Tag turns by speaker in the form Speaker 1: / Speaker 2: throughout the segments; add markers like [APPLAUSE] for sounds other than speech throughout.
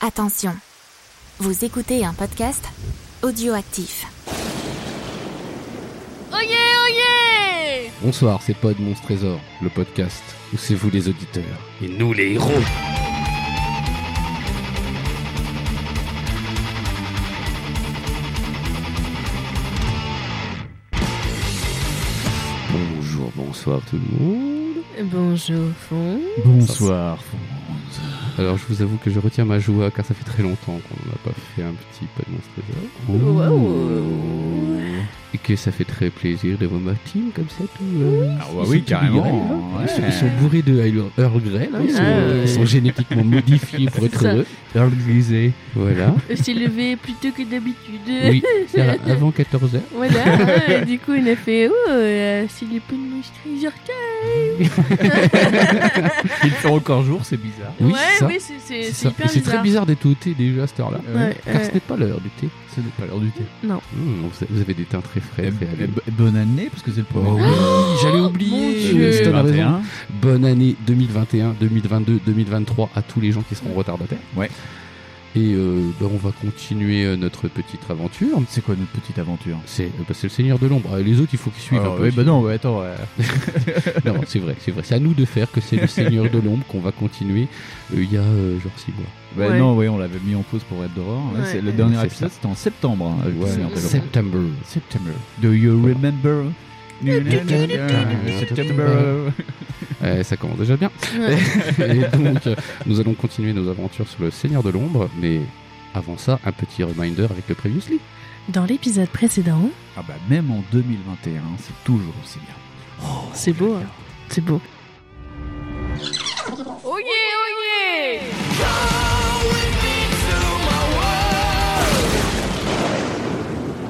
Speaker 1: Attention, vous écoutez un podcast audioactif.
Speaker 2: Oyez, oyez
Speaker 3: Bonsoir, c'est Pod Monstre Trésor, le podcast où c'est vous les auditeurs et nous les héros. Bonjour, bonsoir tout le monde.
Speaker 4: Bonjour, fond.
Speaker 5: Bonsoir.
Speaker 3: Alors je vous avoue que je retiens ma joie car ça fait très longtemps qu'on n'a pas fait un petit Pod Monstre Trésor.
Speaker 4: Wow.
Speaker 3: Et que ça fait très plaisir de voir Martine comme ça tout. euh,
Speaker 5: Ah
Speaker 3: ils
Speaker 5: bah
Speaker 3: sont
Speaker 5: oui,
Speaker 3: tout
Speaker 5: carrément,
Speaker 3: bigarrés, là.
Speaker 5: ouais.
Speaker 3: Ils, sont, ils sont bourrés de Earl Earl Grey, là. Ils sont,
Speaker 4: Ah
Speaker 3: euh,
Speaker 4: ouais.
Speaker 3: ils sont génétiquement
Speaker 4: [LAUGHS]
Speaker 3: modifiés pour être
Speaker 4: Ça.
Speaker 3: heureux. Earl Grisé. Voilà.
Speaker 4: s'est levé plus tôt que d'habitude.
Speaker 3: [LAUGHS] Oui, c'est avant
Speaker 4: [LAUGHS]
Speaker 3: 14h. [LAUGHS]
Speaker 4: Voilà, euh, du coup, on a fait Oh, euh, c'est les pots de mousse Treasure
Speaker 5: Il fait encore jour, c'est bizarre.
Speaker 3: Oui,
Speaker 4: ouais,
Speaker 3: c'est ça.
Speaker 4: oui, c'est- c'est
Speaker 3: C'est
Speaker 4: c'est
Speaker 3: ça.
Speaker 4: hyper
Speaker 3: Et c'est très bizarre d'être au thé déjà à cette heure-là.
Speaker 5: bizarre.
Speaker 4: Ouais,
Speaker 3: Car
Speaker 4: euh,
Speaker 3: ce n'est pas l'heure du thé.
Speaker 5: Ce n'est pas l'heure du thé.
Speaker 3: Hmm, vous a- vous avez des teints très frais. très
Speaker 5: Eh,
Speaker 3: agréables.
Speaker 5: b- bonne année, parce que c'est le premier.
Speaker 3: Oh oui, j'allais
Speaker 4: mon
Speaker 3: oublier.
Speaker 4: Dieu.
Speaker 3: euh, Winston a raison.
Speaker 5: 21.
Speaker 3: Bonne année 2021, 2022, 2023 à tous les gens qui seront retardataires.
Speaker 5: Ouais.
Speaker 3: Et euh, bah, on va continuer euh, notre petite aventure.
Speaker 5: C'est quoi notre petite aventure
Speaker 3: C'est euh, bah, c'est le Seigneur de l'ombre. Ah, Les autres, il faut qu'ils suivent.
Speaker 5: Alors,
Speaker 3: un peu
Speaker 5: ouais,
Speaker 3: aussi.
Speaker 5: bah non, ouais, attends. ouais.
Speaker 3: Non, c'est vrai, c'est vrai. C'est à nous de faire que c'est le Seigneur de l'ombre qu'on va continuer. euh, Il y a euh, genre six mois.
Speaker 5: Bah
Speaker 4: Ouais.
Speaker 5: non, ouais, on l'avait mis en pause pour être dehors. hein.
Speaker 4: Ouais.
Speaker 5: C'est- Le dernier
Speaker 3: C'est
Speaker 5: épisode,
Speaker 3: ça.
Speaker 5: c'était en septembre. hein, avec le Seigneur de l'Ombre.
Speaker 3: September.
Speaker 5: September. Do you remember September.
Speaker 3: Euh, ça commence déjà bien. Et donc, euh, nous allons continuer nos aventures sur le Seigneur de l'ombre, mais avant ça, un petit reminder avec le Previously.
Speaker 4: Dans l'épisode précédent,
Speaker 5: Ah bah même en 2021, hein, c'est toujours aussi bien.
Speaker 3: Oh,
Speaker 4: c'est beau, hein. c'est beau.
Speaker 2: Oyez, oyez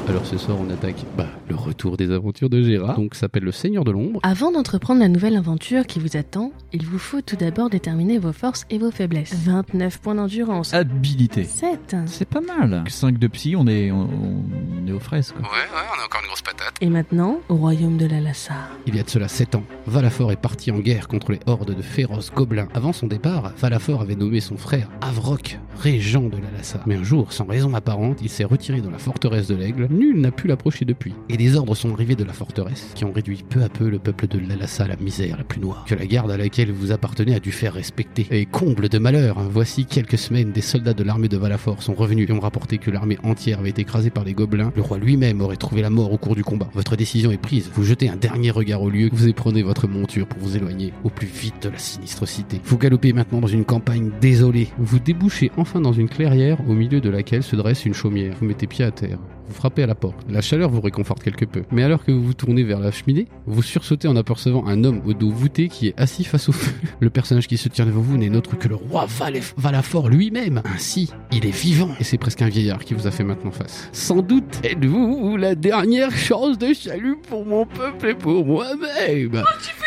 Speaker 3: Alors ce soir, on attaque bah, le retour des aventures de Gérard, donc s'appelle le Seigneur de l'ombre.
Speaker 4: Avant d'entreprendre la nouvelle aventure qui vous attend, il vous faut tout d'abord déterminer vos forces et vos faiblesses. 29 points d'endurance.
Speaker 5: Habilité.
Speaker 4: 7.
Speaker 5: C'est pas mal. 5 de psy, on est, on, on est aux fraises quoi.
Speaker 3: on a encore une grosse patate.
Speaker 4: Et maintenant, au royaume de la Lhasa.
Speaker 3: Il y a de cela 7 ans, Valafort est parti en guerre contre les hordes de féroces gobelins. Avant son départ, Valafort avait nommé son frère Avroc, régent de la Lhasa. Mais un jour, sans raison apparente, il s'est retiré dans la forteresse de l'Aigle. Nul n'a pu l'approcher depuis. Et des ordres sont arrivés de la forteresse, qui ont réduit peu à peu le peuple de la Lhasa à la misère la plus noire. Que la garde à laquelle vous appartenez a dû faire respecter. Et comble de malheur, hein, voici quelques semaines, des soldats de l'armée de Valafort sont revenus et ont rapporté que l'armée entière avait été écrasée par les gobelins. Le roi lui-même aurait trouvé la mort au cours du combat. Votre décision est prise. Vous jetez un dernier regard au lieu, vous éprenez votre monture pour vous éloigner au plus vite de la sinistre cité. Vous galopez maintenant dans une campagne désolée. Vous débouchez enfin dans une clairière au milieu de laquelle se dresse une chaumière. Vous mettez pied à terre. Vous frappez à la porte. La chaleur vous réconforte quelque peu. Mais alors que vous vous tournez vers la cheminée, vous sursautez en apercevant un homme au dos voûté qui est assis face au feu. Le personnage qui se tient devant vous n'est autre que le roi Valef- Valafort lui-même. Ainsi, il est vivant. Et c'est presque un vieillard qui vous a fait maintenant face. Sans doute, êtes-vous la dernière chance de salut pour mon peuple et pour moi-même.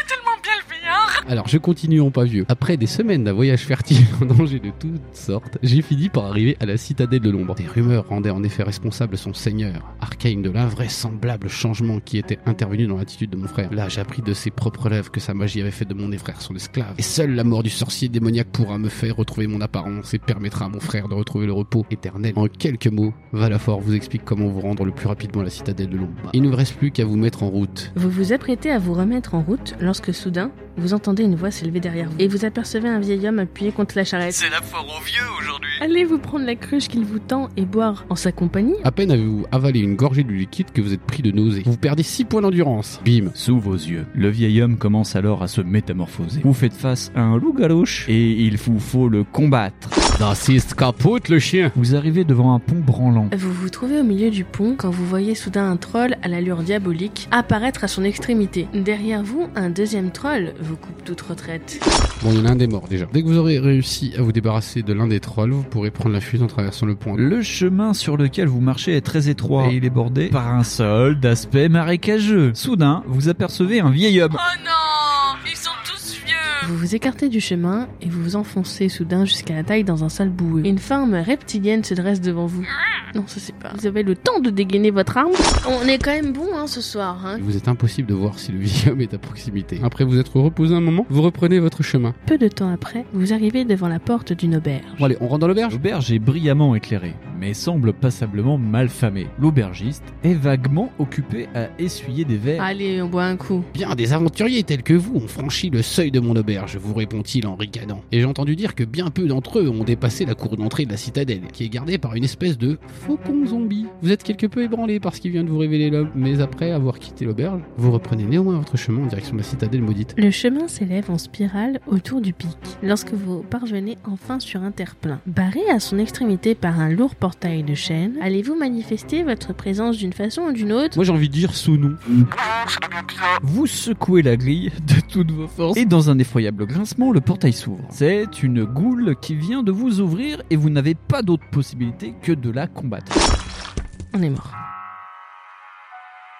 Speaker 2: Tellement bien le vieillard
Speaker 3: Alors, je continue en pas vieux. Après des semaines d'un voyage fertile [LAUGHS] en danger de toutes sortes, j'ai fini par arriver à la citadelle de l'ombre. Des rumeurs rendaient en effet responsable son seigneur, Arcane de l'invraisemblable changement qui était intervenu dans l'attitude de mon frère. Là, j'ai appris de ses propres lèvres que sa magie avait fait de mon frère son esclave. Et seule la mort du sorcier démoniaque pourra me faire retrouver mon apparence et permettra à mon frère de retrouver le repos éternel. En quelques mots, Valafort vous explique comment vous rendre le plus rapidement à la citadelle de l'ombre. Il ne vous reste plus qu'à vous mettre en route.
Speaker 4: Vous vous apprêtez à vous remettre en route lorsque soudain, vous entendez une voix s'élever derrière vous et vous apercevez un vieil homme appuyé contre la charrette.
Speaker 5: la foire aux vieux aujourd'hui.
Speaker 4: Allez vous prendre la cruche qu'il vous tend et boire en sa compagnie
Speaker 3: À peine avez-vous avalé une gorgée du liquide que vous êtes pris de nausée. Vous perdez 6 points d'endurance. Bim.
Speaker 5: Sous vos yeux, le vieil homme commence alors à se métamorphoser. Vous faites face à un loup galouche et il vous faut le combattre.
Speaker 3: Das ist kaputt, le chien.
Speaker 5: Vous arrivez devant un pont branlant.
Speaker 4: Vous vous trouvez au milieu du pont quand vous voyez soudain un troll à l'allure diabolique apparaître à son extrémité. Derrière vous, un deuxième troll vous coupe toute retraite.
Speaker 3: Bon, il y en a un des morts déjà. Dès que vous aurez réussi à vous débarrasser de l'un des trolls, vous pourrez prendre la fuite en traversant le pont.
Speaker 5: Le chemin sur lequel vous marchez est très étroit et il est bordé par un sol d'aspect marécageux. Soudain, vous apercevez un vieil homme.
Speaker 2: Oh non Ils sont tous vieux
Speaker 4: Vous vous écartez du chemin et vous vous enfoncez soudain jusqu'à la taille dans un sale boueux. Une forme reptilienne se dresse devant vous. Non, ça c'est pas. Vous avez le temps de dégainer votre arme. On est quand même bon hein, ce soir. Hein.
Speaker 6: Il vous est impossible de voir
Speaker 3: [LAUGHS]
Speaker 6: si le vieil homme est à proximité. Après vous être reposé un moment, vous reprenez votre chemin.
Speaker 4: Peu de temps après, vous arrivez devant la porte d'une auberge.
Speaker 6: Bon allez, on rentre dans l'auberge
Speaker 5: L'auberge est brillamment éclairée, mais semble passablement mal famée. L'aubergiste est vaguement occupé à essuyer des verres.
Speaker 4: Allez, on boit un coup.
Speaker 6: Bien des aventuriers tels que vous ont franchi le seuil de mon auberge, vous répond-il en ricanant. Et j'ai entendu dire que bien peu d'entre eux ont dépassé la cour d'entrée de la citadelle, qui est gardée par une espèce de faucon zombie. Vous êtes quelque peu ébranlé par ce qui vient de vous révéler l'homme, mais après avoir quitté l'auberge, vous reprenez néanmoins votre chemin en direction de la citadelle maudite.
Speaker 4: Le chemin s'élève en spirale autour du pic lorsque vous parvenez enfin sur un terre-plein. Barré à son extrémité par un lourd portail de chêne, allez-vous manifester votre présence d'une façon ou d'une autre
Speaker 6: Moi j'ai envie de dire sous nous.
Speaker 5: Vous secouez la grille de toutes vos forces et dans un effroyable grincement, le portail s'ouvre. C'est une goule qui vient de vous ouvrir et vous n'avez pas d'autre possibilité que de la combattre.
Speaker 4: On est mort.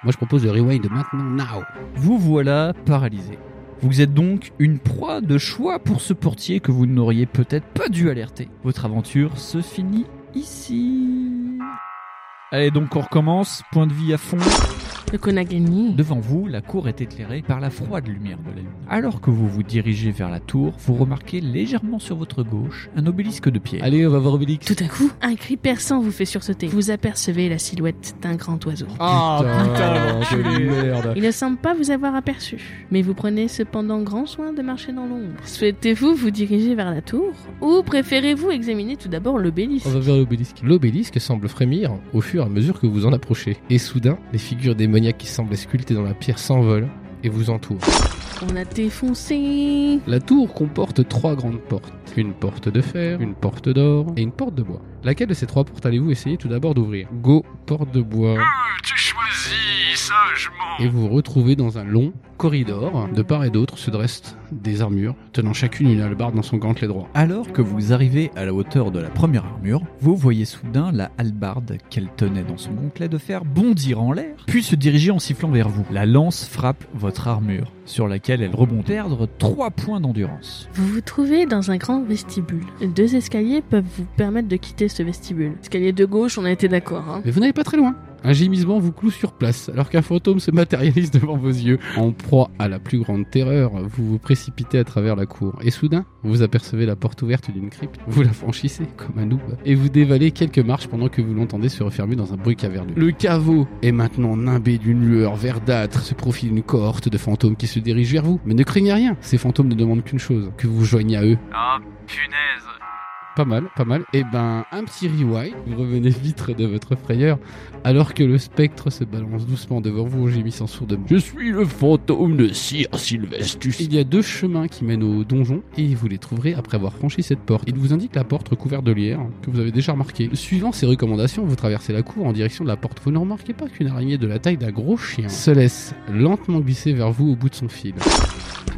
Speaker 6: Moi je propose le rewind de maintenant now.
Speaker 5: Vous voilà paralysé. Vous êtes donc une proie de choix pour ce portier que vous n'auriez peut-être pas dû alerter. Votre aventure se finit ici. Allez donc on recommence, point de vie à fond.
Speaker 4: Le qu'on a gagné.
Speaker 5: Devant vous, la cour est éclairée par la froide lumière de la lune. Alors que vous vous dirigez vers la tour, vous remarquez légèrement sur votre gauche un obélisque de pierre.
Speaker 6: Allez, on va voir Obélix.
Speaker 4: Tout à coup, un cri perçant vous fait sursauter. Vous apercevez la silhouette d'un grand oiseau.
Speaker 5: Ah
Speaker 6: merde.
Speaker 4: Il ne semble pas vous avoir aperçu, mais vous prenez cependant grand soin de marcher dans l'ombre. Souhaitez-vous vous diriger vers la tour ou préférez-vous examiner tout d'abord l'obélisque
Speaker 3: On va vers l'obélisque. L'obélisque semble frémir au fur et à mesure que vous en approchez. Et soudain, les figures démoniaques qui semblaient sculptées dans la pierre s'envolent et vous entourent.
Speaker 4: On a défoncé
Speaker 3: La tour comporte trois grandes portes. Une porte de fer, une porte d'or et une porte de bois. Laquelle de ces trois portes allez-vous essayer tout d'abord d'ouvrir Go, porte de bois.
Speaker 2: Oh, Tu choisis sagement.
Speaker 3: Et vous vous retrouvez dans un long
Speaker 6: Corridor.
Speaker 3: De part et d'autre se dressent des armures, tenant chacune une hallebarde dans son gantelet droit.
Speaker 5: Alors que vous arrivez à la hauteur de la première armure, vous voyez soudain la hallebarde qu'elle tenait dans son gontlet de fer bondir en l'air, puis se diriger en sifflant vers vous. La lance frappe votre armure, sur laquelle elle rebondit. Perdre 3 points d'endurance.
Speaker 4: Vous vous trouvez dans un grand vestibule. Deux escaliers peuvent vous permettre de quitter ce vestibule. Escalier de gauche, on a été d'accord. Hein.
Speaker 3: Mais vous n'allez pas très loin. Un gémissement vous cloue sur place, alors qu'un fantôme se matérialise [LAUGHS] devant vos yeux. En proie à la plus grande terreur, vous vous précipitez à travers la cour. Et soudain, vous apercevez la porte ouverte d'une crypte. Vous la franchissez comme un noob. Et vous dévalez quelques marches pendant que vous l'entendez se refermer dans un bruit caverneux. Le caveau est maintenant nimbé d'une lueur verdâtre. Se profile une cohorte de fantômes qui se dirigent vers vous. Mais ne craignez rien. Ces fantômes ne demandent qu'une chose. Que vous vous joigniez à eux.
Speaker 2: Ah, punaise.
Speaker 3: Pas mal, pas mal. Et ben, un petit rewind. Vous revenez vitre de votre frayeur, alors que le spectre se balance doucement devant vous au gémissant sourdement.
Speaker 6: Je suis le fantôme de Sir Sylvestus.
Speaker 3: Il y a deux chemins qui mènent au donjon et vous les trouverez après avoir franchi cette porte. Il vous indique la porte recouverte de lierre que vous avez déjà remarquée. Suivant ses recommandations, vous traversez la cour en direction de la porte. Vous ne remarquez pas qu'une araignée de la taille d'un gros chien se laisse lentement glisser vers vous au bout de son fil.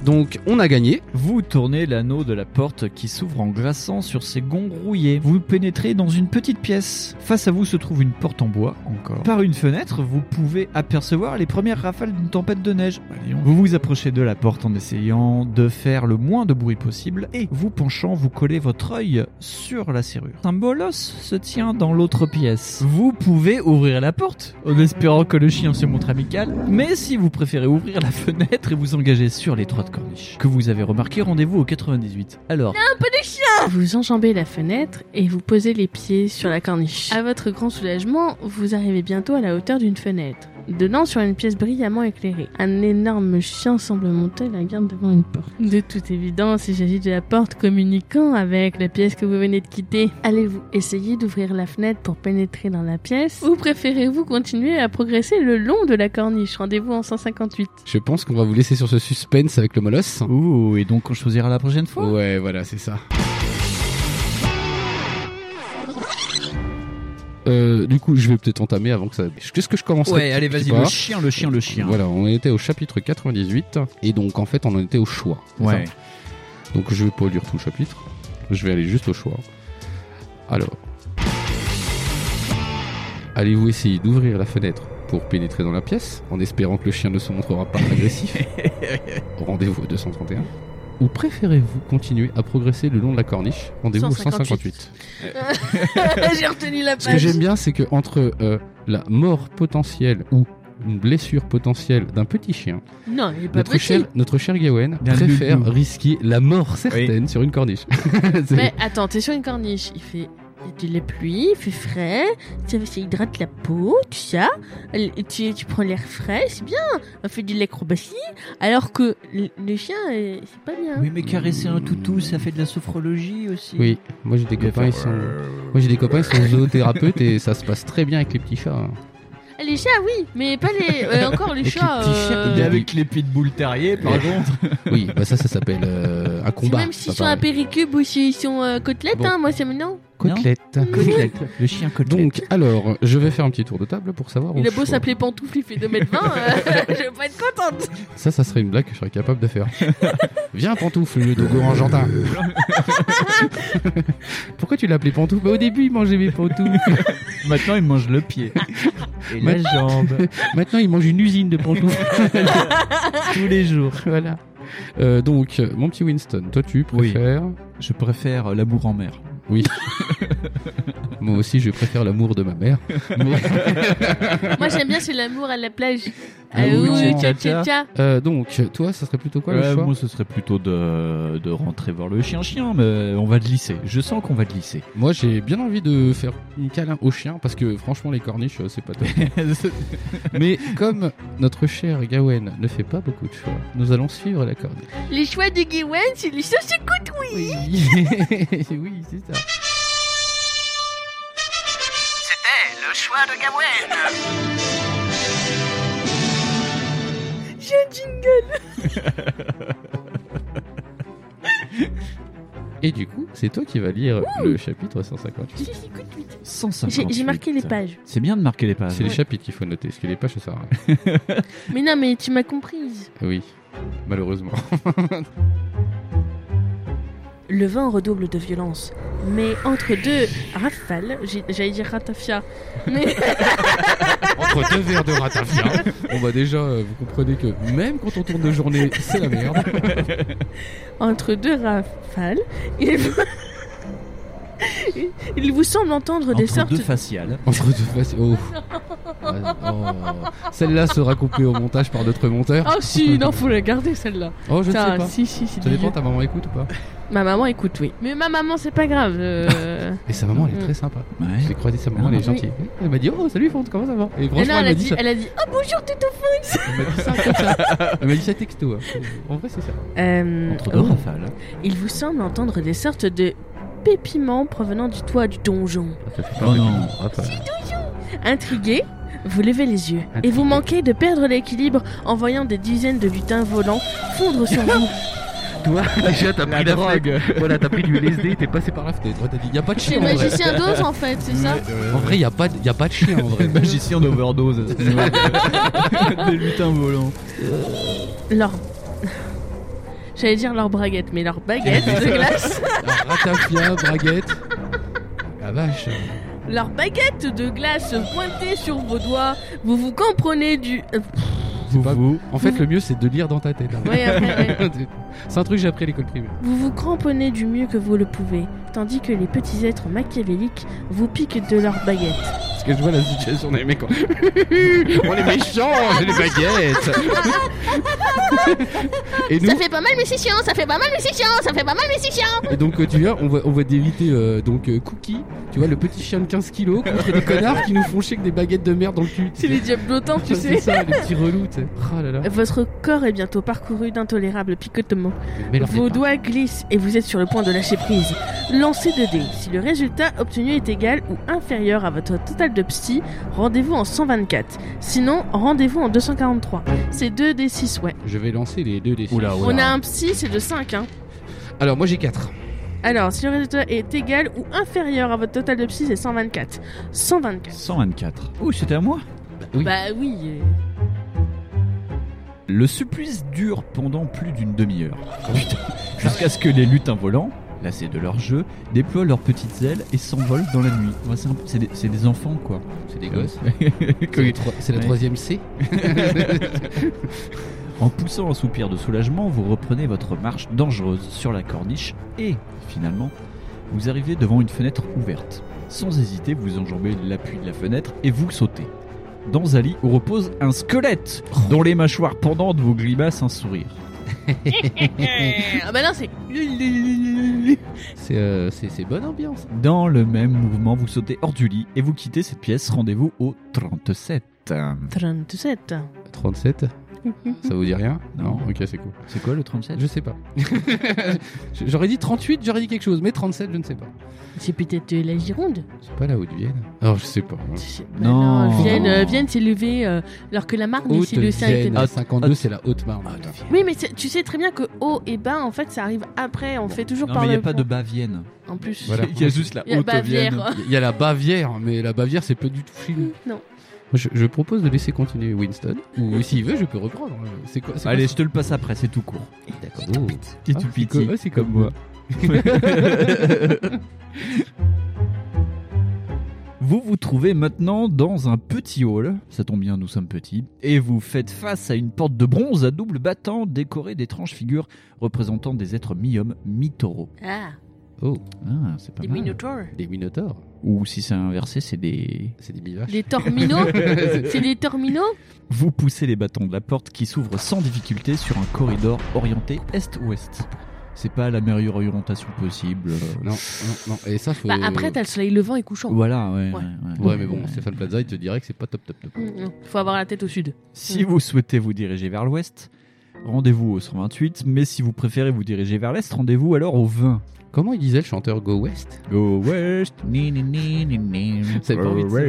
Speaker 6: Donc on a gagné.
Speaker 5: Vous tournez l'anneau de la porte qui s'ouvre en glaçant sur ses gonds rouillés. Vous pénétrez dans une petite pièce. Face à vous se trouve une porte en bois encore. Par une fenêtre, vous pouvez apercevoir les premières rafales d'une tempête de neige. Bah, dis donc. vous vous approchez de la porte en essayant de faire le moins de bruit possible et vous penchant, vous collez votre œil sur la serrure. Un bolos se tient dans l'autre pièce. Vous pouvez ouvrir la porte en espérant que le chien se montre amical, mais si vous préférez ouvrir la fenêtre et vous engager sur les trois de corniche que vous avez remarqué, rendez-vous au 98. Alors,
Speaker 4: Vous enjambez la fenêtre et vous posez les pieds sur la corniche. À votre grand soulagement, vous arrivez bientôt à la hauteur d'une fenêtre. Dedans, sur une pièce brillamment éclairée, un énorme chien semble monter la garde devant une porte. De toute évidence, il s'agit de la porte communiquant avec la pièce que vous venez de quitter. Allez-vous essayer d'ouvrir la fenêtre pour pénétrer dans la pièce ou préférez-vous continuer à progresser le long de la corniche Rendez-vous en 158.
Speaker 3: Je pense qu'on va vous laisser sur ce suspense avec le molosse.
Speaker 5: ouh, et donc on choisira la prochaine fois
Speaker 3: Ouais, voilà, c'est ça. Euh, du coup, je vais peut-être entamer avant que ça. Qu'est-ce que je commence
Speaker 5: Ouais, allez, vas-y, le chien, le chien, le chien.
Speaker 3: Voilà, on était au chapitre 98 et donc en fait, on en était au choix. c'est
Speaker 5: Ouais.
Speaker 3: ça donc je vais pas lire tout le chapitre. Je vais aller juste au choix. Alors. Allez-vous essayer d'ouvrir la fenêtre pour pénétrer dans la pièce en espérant que le chien ne se montrera pas agressif Rendez-vous à 231. Ou préférez-vous continuer à progresser le long de la corniche Rendez-vous au
Speaker 4: 158.
Speaker 3: 158.
Speaker 4: [LAUGHS] J'ai retenu la page.
Speaker 3: Ce que j'aime bien, c'est que entre euh, la mort potentielle ou une blessure potentielle d'un petit chien,
Speaker 4: Non, il est pas
Speaker 3: notre
Speaker 4: petit.
Speaker 3: cher, notre cher Gawain
Speaker 5: D'un
Speaker 3: préfère
Speaker 5: loulou.
Speaker 3: risquer la mort certaine sur une corniche. C'est-
Speaker 4: Mais attends, t'es sur une corniche. Il fait il y a de la pluie, il fait frais, ça, ça hydrate la peau, tout ça. Elle- Tu, tu prends l'air frais, c'est bien. On fait de l'acrobatie. Alors que le, le chien, euh, c'est pas bien.
Speaker 5: mais caresser un toutou, ça fait de la sophrologie aussi.
Speaker 3: Oui, moi j'ai des
Speaker 5: Il va
Speaker 3: copains, ils
Speaker 5: faire-
Speaker 3: sont. Moi j'ai des copains, ils sont zoothérapeutes
Speaker 5: [LAUGHS]
Speaker 3: et ça se passe très bien avec les petits chats. hein.
Speaker 4: Ah, Les chats, oui, mais pas les. euh,
Speaker 3: [LAUGHS]
Speaker 4: encore les
Speaker 3: Avec les
Speaker 4: chats.
Speaker 3: petits chiens,
Speaker 4: euh,
Speaker 5: Et avec les pitbulls terriers, par
Speaker 3: Ouais.
Speaker 5: contre.
Speaker 3: Oui, bah ça, ça s'appelle euh, un
Speaker 4: c'est
Speaker 3: combat.
Speaker 4: même s'ils
Speaker 3: c'est
Speaker 4: sont
Speaker 3: pas
Speaker 4: à
Speaker 3: pareil.
Speaker 4: péricube ou s'ils sont euh, côtelettes,
Speaker 3: Bon.
Speaker 4: hein, moi c'est maintenant.
Speaker 3: Côtelette.
Speaker 5: [LAUGHS] Le chien côtelette.
Speaker 3: Donc, alors, je vais faire un petit tour de table pour savoir.
Speaker 4: Il
Speaker 3: au
Speaker 4: a beau
Speaker 3: choix.
Speaker 4: s'appeler pantoufle, il fait 2m20, euh, [LAUGHS] je vais pas être contente.
Speaker 3: Ça, ça serait une blague que je serais capable
Speaker 4: [LAUGHS]
Speaker 3: de faire. Viens, pantoufle, le dogo argentin. Pourquoi tu l'as appelé pantoufle Bah, Au début, il mangeait mes pantoufles.
Speaker 5: Maintenant, il mange
Speaker 3: [LAUGHS]
Speaker 5: le pied. Et la
Speaker 3: Maintenant-
Speaker 5: jambe.
Speaker 3: Maintenant, il mange une usine
Speaker 4: [LAUGHS]
Speaker 3: de pantoufles.
Speaker 5: Tous les jours.
Speaker 3: voilà. Euh, donc, euh, mon petit Winston, toi, tu
Speaker 5: Oui.
Speaker 3: préfères
Speaker 5: Je préfère euh, l'amour en mer.
Speaker 3: Moi aussi, je préfère l'amour de ma mère. Mais-
Speaker 4: Moi j'aime bien, c'est l'amour à la plage.
Speaker 3: Ah
Speaker 4: Ah
Speaker 3: oui,
Speaker 4: oui, tcha,
Speaker 5: tcha, tcha.
Speaker 4: tcha, tcha.
Speaker 3: Euh, donc, toi, ça serait plutôt quoi le
Speaker 5: Ouais,
Speaker 3: choix
Speaker 5: Euh, moi, ce serait plutôt de, de rentrer voir le chien-chien, mais on va glisser. Je sens qu'on
Speaker 3: [LAUGHS]
Speaker 5: va glisser.
Speaker 3: Moi, j'ai bien envie de faire un câlin au chien parce que franchement, les corniches, euh, c'est pas top. Mais comme notre cher Gawen ne fait pas beaucoup de choix, nous allons suivre la corniche.
Speaker 4: Les choix de Gawain, c'est les choses écoute, oui.
Speaker 3: Oui, [LAUGHS] oui, c'est ça.
Speaker 2: C'était le choix de Gawain.
Speaker 4: J'ai un jingle.
Speaker 3: [LAUGHS] Et du coup, c'est toi qui vas lire le chapitre 158.
Speaker 4: J'ai- j'écoute, oui.
Speaker 5: 158.
Speaker 4: J'ai j'ai marqué les pages.
Speaker 5: C'est bien de marquer les pages.
Speaker 3: C'est les chapitres qu'il faut noter, parce que les pages, ça sert à [LAUGHS] rien.
Speaker 4: Mais non, mais tu m'as comprise.
Speaker 3: Oui, malheureusement.
Speaker 4: Le vent redouble de violence. Mais entre deux rafales, j'ai- j'allais dire ratafia.
Speaker 3: [LAUGHS]
Speaker 4: Mais
Speaker 3: [LAUGHS] Entre deux verres de ratafia, on va déjà, euh, vous comprenez que même quand on tourne de journée, c'est la merde.
Speaker 4: entre deux rafales, il vous, [LAUGHS] il vous semble entendre des
Speaker 5: hein. Entre
Speaker 4: sortes.
Speaker 5: deux faciales.
Speaker 3: Entre deux faces. Oh. Ah, oh. Celle-là sera coupée au montage par notre monteur.
Speaker 4: Oh si,
Speaker 3: [LAUGHS]
Speaker 4: non, faut la garder celle-là.
Speaker 3: Oh, je ne sais
Speaker 4: Putain,
Speaker 3: pas.
Speaker 4: si, si, si.
Speaker 3: Ça dépend, ta maman écoute ou pas
Speaker 4: Ma maman écoute, oui. Mais ma maman, c'est pas grave. euh.
Speaker 3: Et sa maman, elle est très sympa.
Speaker 5: Ouais.
Speaker 3: J'ai croisé sa maman, elle est
Speaker 4: Ah, Oui.
Speaker 3: gentille. Elle m'a dit Oh, salut Fonte, comment ça va Et [LAUGHS] franchement,
Speaker 4: non,
Speaker 3: elle
Speaker 4: elle,
Speaker 3: m'a
Speaker 4: a
Speaker 3: dit
Speaker 4: dit,
Speaker 3: ça.
Speaker 4: elle a dit Oh bonjour, tout
Speaker 3: Elle m'a
Speaker 4: [LAUGHS]
Speaker 3: dit ça comme ça. Elle m'a dit ça texto. hein. En vrai, c'est ça.
Speaker 4: Euh,
Speaker 5: Entre deux
Speaker 4: oh.
Speaker 5: rafales.
Speaker 4: Il vous semble entendre des sortes de pépiments provenant du toit du donjon.
Speaker 5: Oh non.
Speaker 4: Intrigué, vous levez les yeux et vous manquez de perdre l'équilibre en voyant des dizaines de lutins volants fondre sur [LAUGHS] vous.
Speaker 3: Toi, déjà, t'as
Speaker 5: La drogue.
Speaker 3: Voilà, t'as pris du LSD, t'es passé par la fenêtre. T'as dit Y'a pas de
Speaker 4: C'est
Speaker 3: chien en vrai.
Speaker 4: magicien d'ose en fait, c'est ça
Speaker 3: En vrai, y'a pas, de- y a pas de chien en vrai.
Speaker 5: [LAUGHS]
Speaker 4: [LAUGHS]
Speaker 5: Magicien d'overdose. Des lutins volants.
Speaker 4: Leur. [LAUGHS] J'allais dire leur braguette, mais leur baguette de glace.
Speaker 3: Alors, Ratafia, braguette. La vache.
Speaker 4: Leur baguette de glace pointée sur vos doigts. Vous vous comprenez du. euh,
Speaker 3: C'est pas-
Speaker 5: Vous.
Speaker 3: En fait, le mieux, c'est de lire dans ta tête. hein.
Speaker 4: ouais, après, ouais.
Speaker 3: [LAUGHS] C'est un truc que j'ai appris à l'école primaire.
Speaker 4: Vous vous cramponnez du mieux que vous le pouvez, tandis que les petits êtres machiavéliques vous piquent de leurs baguettes.
Speaker 3: Parce que je vois la situation des mecs. quoi. [LAUGHS] on est méchants, on est les baguettes. et nous,
Speaker 7: Ça fait pas mal, mais c'est chiant, ça fait pas mal, mais c'est chiant, ça fait pas mal, mais c'est chiant.
Speaker 3: et donc euh, tu vois, on va, on va déliter euh, donc euh, Cookie, tu vois, le petit chien de 15 kilos contre des connards qui nous font chier que des baguettes de merde dans le cul.
Speaker 4: C'est les diablotants, [LAUGHS] tu
Speaker 3: C'est
Speaker 4: sais.
Speaker 3: ça, les petits relous, tu sais. Oh là là.
Speaker 4: Votre corps est bientôt parcouru d'intolérables picotements.
Speaker 3: Mais leur
Speaker 4: Vos
Speaker 3: départ.
Speaker 4: doigts glissent et vous êtes sur le point de lâcher prise. Lancez 2 dés. Si le résultat obtenu est égal ou inférieur à votre total de psy, rendez-vous en 124. Sinon, rendez-vous en 243. C'est 2 dés 6, ouais.
Speaker 3: Je vais lancer les deux des six.
Speaker 5: Oula, oula.
Speaker 4: On a un psy, c'est de 5, hein.
Speaker 3: Alors moi j'ai 4.
Speaker 4: Alors, si le résultat est égal ou inférieur à votre total de psy, c'est 124. 124.
Speaker 5: 124. Oh, c'était à moi
Speaker 3: Oui.
Speaker 4: Bah oui.
Speaker 3: [LAUGHS]
Speaker 4: euh.
Speaker 5: Le supplice dure pendant plus d'une demi-heure. Putain. Jusqu'à ce que les lutins volants, lassés de leur jeu, déploient leurs petites ailes et s'envolent dans la nuit. Ouais, c'est un- c'est des, c'est des enfants, quoi.
Speaker 3: C'est
Speaker 5: Des
Speaker 3: des [LAUGHS]
Speaker 5: gosses.
Speaker 3: C'est la, troi- c'est la
Speaker 5: Ouais.
Speaker 3: troisième C.
Speaker 5: En poussant un soupir de soulagement, vous reprenez votre marche dangereuse sur la corniche et, finalement, vous arrivez devant une fenêtre ouverte. Sans hésiter, vous enjambez l'appui de la fenêtre et vous sautez. Dans un lit où repose un squelette, dont les mâchoires pendantes vous glissent un sourire.
Speaker 4: ah bah non, c'est.
Speaker 3: C'est euh, c'est- c'est bonne ambiance.
Speaker 5: Dans le même mouvement, vous sautez hors du lit et vous quittez cette pièce. Rendez-vous au 37.
Speaker 4: 37.
Speaker 7: [LAUGHS]
Speaker 3: 37, ça vous dit rien
Speaker 5: Non.
Speaker 3: ok, c'est cool.
Speaker 5: C'est quoi le 37
Speaker 3: Je sais [LAUGHS] pas. j'aurais dit 38, j'aurais dit quelque chose, mais 37, je ne sais pas.
Speaker 4: C'est peut-être euh, la Gironde
Speaker 3: C'est pas la haute vienne. Alors, je sais pas. hein.
Speaker 4: C'est- bah
Speaker 5: Non.
Speaker 4: Vienne, euh, Vienne s'est levée euh, alors que la Marne, c'est le Saint était-
Speaker 3: Haute-Vienne, ah, 52,
Speaker 5: Haute-
Speaker 3: c'est la Haute-Marne.
Speaker 4: Oui, mais c'est- tu sais très bien que haut et bas, en fait, ça arrive après. On fait toujours
Speaker 5: Non,
Speaker 4: par
Speaker 5: mais il n'y a
Speaker 4: le
Speaker 5: pas de
Speaker 4: pont.
Speaker 5: Bavienne.
Speaker 4: En plus,
Speaker 3: Voilà.
Speaker 5: Il y a juste la
Speaker 4: il y a
Speaker 5: Haute-Vienne.
Speaker 4: Bavière.
Speaker 3: Il y a la Bavière, mais la Bavière, c'est pas du tout film.
Speaker 4: Non.
Speaker 3: Je, je propose de laisser continuer Winston, ou s'il veut, je peux reprendre. C'est quoi c'est quoi
Speaker 5: Allez, je te le passe après, c'est tout court.
Speaker 3: ça D'accord. Oh.
Speaker 5: Petit
Speaker 3: Ah,
Speaker 5: tout
Speaker 3: c'est
Speaker 5: petit.
Speaker 3: co- ouais, c'est comme moi.
Speaker 5: [LAUGHS]
Speaker 3: [LAUGHS]
Speaker 5: Vous vous trouvez maintenant dans un petit hall, ça tombe bien, nous sommes petits, et vous faites face à une porte de bronze à double battant décorée d'étranges figures représentant des êtres mi-hommes, mi-taureaux.
Speaker 4: Ah,
Speaker 3: Oh,
Speaker 5: Ah, c'est pas
Speaker 4: des
Speaker 5: mal.
Speaker 4: Minotaurs.
Speaker 3: des Minotaures.
Speaker 5: Ou si c'est inversé, c'est des...
Speaker 3: C'est des bivaches.
Speaker 4: Des
Speaker 5: [LAUGHS]
Speaker 4: Torminos C'est des Torminos
Speaker 5: Vous poussez les bâtons de la porte qui s'ouvre sans difficulté sur un corridor orienté est-ouest. C'est pas la meilleure orientation possible. euh,
Speaker 3: Non, non, non. Et ça, faut.
Speaker 4: Bah, après, t'as le soleil levant et couchant.
Speaker 5: Voilà, Euh, ouais.
Speaker 4: Ouais.
Speaker 3: Ouais, mais bon, Stéphane Plaza, il te dirait que c'est pas top, top, top.
Speaker 4: Mm, mm. Faut avoir la tête au sud.
Speaker 5: Si vous souhaitez vous diriger vers l'ouest, rendez-vous au 128, mais si vous préférez vous diriger vers l'est, rendez-vous alors au 20.
Speaker 3: Comment il disait le chanteur Go West
Speaker 5: Go west, ni ni ni ni ni.
Speaker 3: Ça fait pas envie de ça, ça.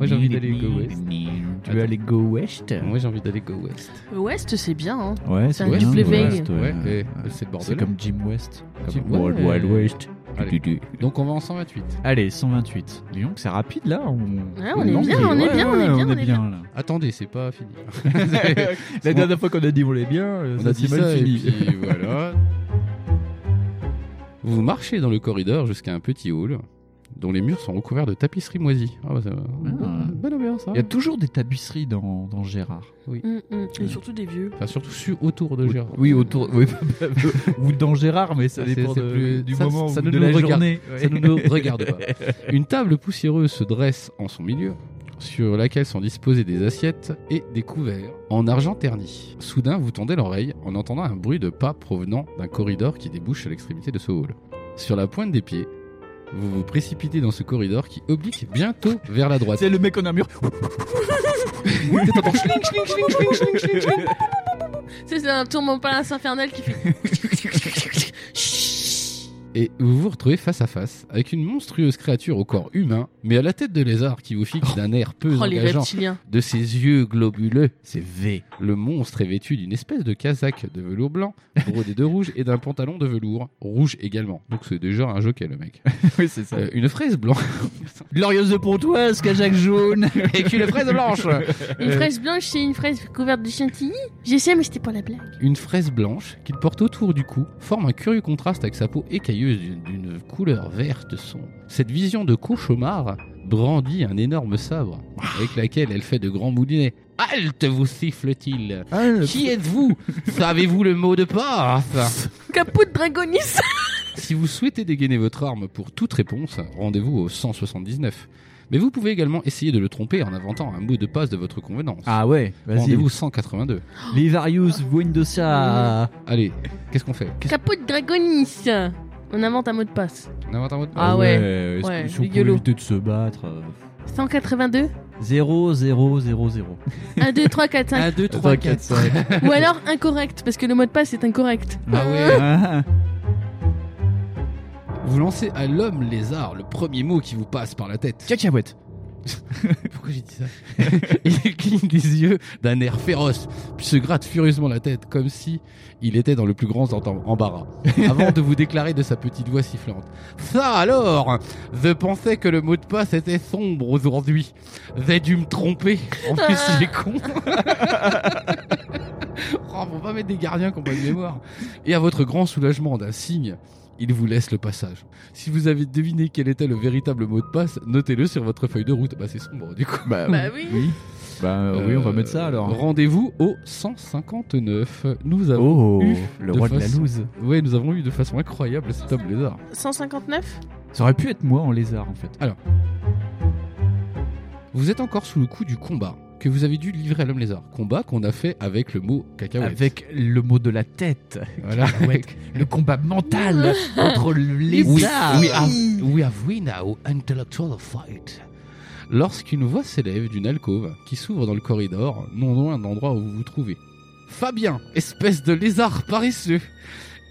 Speaker 3: Moi, j'ai envie d'aller
Speaker 5: Ni, ni,
Speaker 3: Go
Speaker 5: ni,
Speaker 3: West.
Speaker 5: ni, ni. Tu
Speaker 3: Attends.
Speaker 5: veux aller go west
Speaker 3: Moi, j'ai envie d'aller Go West.
Speaker 4: Ouest, c'est bien. Hein.
Speaker 5: Ouais,
Speaker 4: C'est un
Speaker 5: bien,
Speaker 4: double
Speaker 5: le
Speaker 4: V.
Speaker 5: West, ouais.
Speaker 3: Ouais, et c'est le
Speaker 5: C'est
Speaker 3: bordel.
Speaker 5: comme Jim West.
Speaker 3: Jim-
Speaker 5: Comme Wild
Speaker 3: ouais.
Speaker 5: Wild West.
Speaker 3: Allez.
Speaker 5: Du, du, du.
Speaker 3: Donc, on va en 128.
Speaker 5: Allez, 128. Dis donc, c'est rapide là. On,
Speaker 4: Ouais, on est
Speaker 5: Non,
Speaker 4: bien,
Speaker 5: mais-
Speaker 4: on est
Speaker 5: ouais,
Speaker 4: bien, on est
Speaker 5: ouais,
Speaker 4: bien, on est [LAUGHS]
Speaker 5: là. [LAUGHS]
Speaker 3: Attendez, c'est pas fini.
Speaker 5: La dernière fois qu'on a dit on est bien, euh,
Speaker 3: On
Speaker 5: ça
Speaker 3: a
Speaker 5: s'est
Speaker 3: dit
Speaker 5: mal
Speaker 3: ça, et
Speaker 5: fini.
Speaker 3: puis euh, voilà. Vous marchez dans le corridor jusqu'à un petit hall dont les murs sont recouverts de tapisseries moisies. Ah, bah, ça va.
Speaker 5: Ah.
Speaker 3: Bonne ambiance, hein. ça.
Speaker 5: Il y a toujours des tapisseries dans, dans Gérard.
Speaker 4: Mm, mm. Et surtout des vieux.
Speaker 3: Enfin, surtout su- autour de Gérard.
Speaker 5: Oui, autour. oui, [LAUGHS] ou dans Gérard, mais ça
Speaker 3: Ah, c'est-
Speaker 5: dépend
Speaker 3: c'est
Speaker 5: de-
Speaker 3: plus-
Speaker 5: du
Speaker 3: ça-
Speaker 5: moment
Speaker 3: ça
Speaker 5: ou
Speaker 3: ne
Speaker 5: de
Speaker 3: nous
Speaker 5: la
Speaker 3: regarde-
Speaker 5: journée.
Speaker 3: Ça ne nous regarde pas. [LAUGHS] Une table poussiéreuse se dresse en son milieu, sur laquelle sont disposées des assiettes et des couverts en argent terni. Soudain, vous tendez l'oreille en entendant un bruit de pas provenant d'un corridor qui débouche à l'extrémité de ce hall. Sur la pointe des pieds, vous vous précipitez dans ce corridor qui oblique bientôt vers la droite.
Speaker 5: [LAUGHS] C'est le mec en
Speaker 3: [LAUGHS]
Speaker 5: un mur.
Speaker 4: Ça, C'est un tourment palace infernal qui
Speaker 5: [LAUGHS]
Speaker 4: fait.
Speaker 3: Et vous vous retrouvez face à face avec une monstrueuse créature au corps humain, mais à la tête de lézard qui vous fixe d'un air peu
Speaker 4: Oh, les
Speaker 3: engageant
Speaker 4: reptiliens.
Speaker 3: de ses yeux globuleux.
Speaker 5: C'est V.
Speaker 3: Le monstre est vêtu d'une espèce de casaque de velours blanc, brodé de rouge, et d'un pantalon de velours rouge également. Donc c'est déjà un jockey, le mec.
Speaker 5: Oui, c'est ça.
Speaker 3: Euh, une fraise blanche.
Speaker 5: Glorieuse de Pontoise, Cajac jaune.
Speaker 3: [LAUGHS] et puis une fraise blanche
Speaker 4: Une
Speaker 5: Euh.
Speaker 4: fraise blanche, c'est une fraise couverte de chantilly Je sais, mais c'était pour la blague.
Speaker 3: Une fraise blanche qu'il porte autour du cou forme un curieux contraste avec sa peau écailleuse d'une- d'une couleur verte sombre. Cette vision de cauchemar brandit un énorme sabre avec laquelle elle fait de grands moulinets. Halte, vous siffle-t-il. Qui êtes-vous Savez-vous le mot de passe
Speaker 4: Caput Dragonis
Speaker 3: Si vous souhaitez dégainer votre arme pour toute réponse, rendez-vous au 179. Mais vous pouvez également essayer de le tromper en inventant un mot de passe de votre convenance.
Speaker 5: Ah ouais, vas-y.
Speaker 3: rendez-vous 182.
Speaker 5: Livarius Buendosa.
Speaker 3: Allez, qu'est-ce qu'on fait Qu'est-ce-
Speaker 4: Caput Dragonis On invente un mot de passe.
Speaker 3: On invente un mot de passe
Speaker 4: Ah ouais.
Speaker 5: est-ce
Speaker 4: Ouais,
Speaker 5: que si on peut
Speaker 4: rigolo.
Speaker 5: éviter de se battre. euh,
Speaker 4: 182
Speaker 5: 0, 0, 0, 0.
Speaker 4: 1, 2, 3, 4, 5.
Speaker 3: 2,
Speaker 5: 5.
Speaker 4: Ou alors incorrect, parce que le mot de passe est incorrect.
Speaker 3: Ah ouais Vous lancez à l'homme lézard le premier mot qui vous passe par la tête.
Speaker 5: Cacahuète.
Speaker 3: Pourquoi j'ai dit ça [LAUGHS] Il cligne des yeux d'un air féroce, puis se gratte furieusement la tête, comme si il était dans le plus grand enten- embarras, avant de vous déclarer de sa petite voix sifflante. Ça alors Je pensais que le mot de passe était sombre aujourd'hui. J'ai dû me tromper. En plus, il est con. [LAUGHS] oh, faut pas mettre des gardiens qui ont pas de mémoire. Et à votre grand soulagement d'un signe, il vous laisse le passage. Si vous avez deviné quel était le véritable mot de passe, notez-le sur votre feuille de route. Bah, c'est sombre, du coup.
Speaker 4: Bah oui.
Speaker 5: Oui. Bah euh, oui, on va mettre ça alors.
Speaker 3: Rendez-vous au 159. Nous avons
Speaker 5: Oh,
Speaker 3: eu
Speaker 5: le roi de la
Speaker 3: façon-
Speaker 5: loose.
Speaker 3: Ouais, nous avons eu de façon incroyable cet homme lézard.
Speaker 4: 159
Speaker 5: Ça aurait pu être moi en lézard en fait.
Speaker 3: Vous êtes encore sous le coup du combat que vous avez dû livrer à l'homme lézard. Combat qu'on a fait avec le mot
Speaker 5: Ah
Speaker 3: cacahuète.
Speaker 5: Avec le mot de la tête.
Speaker 3: Voilà. [LAUGHS]
Speaker 5: Cacahuète. le combat
Speaker 4: [LAUGHS]
Speaker 5: mental entre le lézard.
Speaker 3: We
Speaker 4: ah.
Speaker 3: are, we have win our intellectual fight. Lorsqu'une voix s'élève d'une alcôve qui s'ouvre dans le corridor, non loin de l'endroit où vous vous trouvez. Fabien, espèce de lézard paresseux,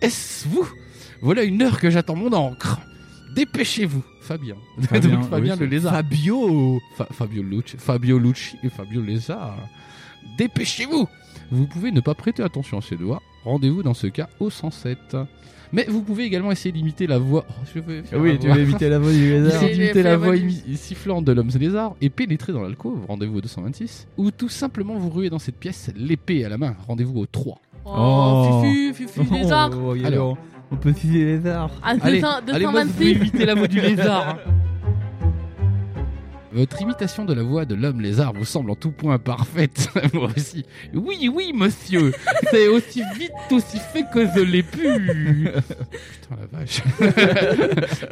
Speaker 3: est-ce vous Voilà une heure que j'attends mon encre. Dépêchez-vous, Fabien. [LAUGHS]
Speaker 5: Fabien,
Speaker 3: Donc Fabien
Speaker 5: oui,
Speaker 3: le
Speaker 5: c'est-
Speaker 3: lézard.
Speaker 5: Fabio.
Speaker 3: Fa- Fabio Lucci, Fabio Lucci et Fabio Lézard. Dépêchez-vous Vous pouvez ne pas prêter attention à ces doigts. Rendez-vous dans ce cas au 107. Mais vous pouvez également essayer d'imiter la voix. Oh, je vais faire la
Speaker 5: ah. Oui, tu
Speaker 3: voix. [LAUGHS]
Speaker 5: veux éviter la voix du lézard.
Speaker 3: Essayez
Speaker 4: J'ai
Speaker 3: d'imiter
Speaker 4: fait
Speaker 3: la
Speaker 4: la
Speaker 3: voix
Speaker 4: voix du-
Speaker 3: imi- sifflante de l'homme lézard et pénétrer dans l'alcôve, rendez-vous au 226, ou tout simplement vous ruez dans cette pièce, l'épée à la main, rendez-vous au 3.
Speaker 5: Oh.
Speaker 4: Fufu, Fufu, lézard
Speaker 5: Oh, oh, oh,
Speaker 3: Alors.
Speaker 5: on peut utiliser lézard.
Speaker 4: Ah,
Speaker 3: Allez,
Speaker 4: 200
Speaker 3: allez, moi, vous pouvez
Speaker 4: 226
Speaker 3: imiter la voix du lézard. hein. [LAUGHS] Votre imitation de la voix de l'homme lézard vous semble en tout point parfaite, [LAUGHS] moi aussi. Oui, oui, monsieur, c'est aussi vite, aussi fait que je l'ai [LAUGHS] pu. Putain, la vache.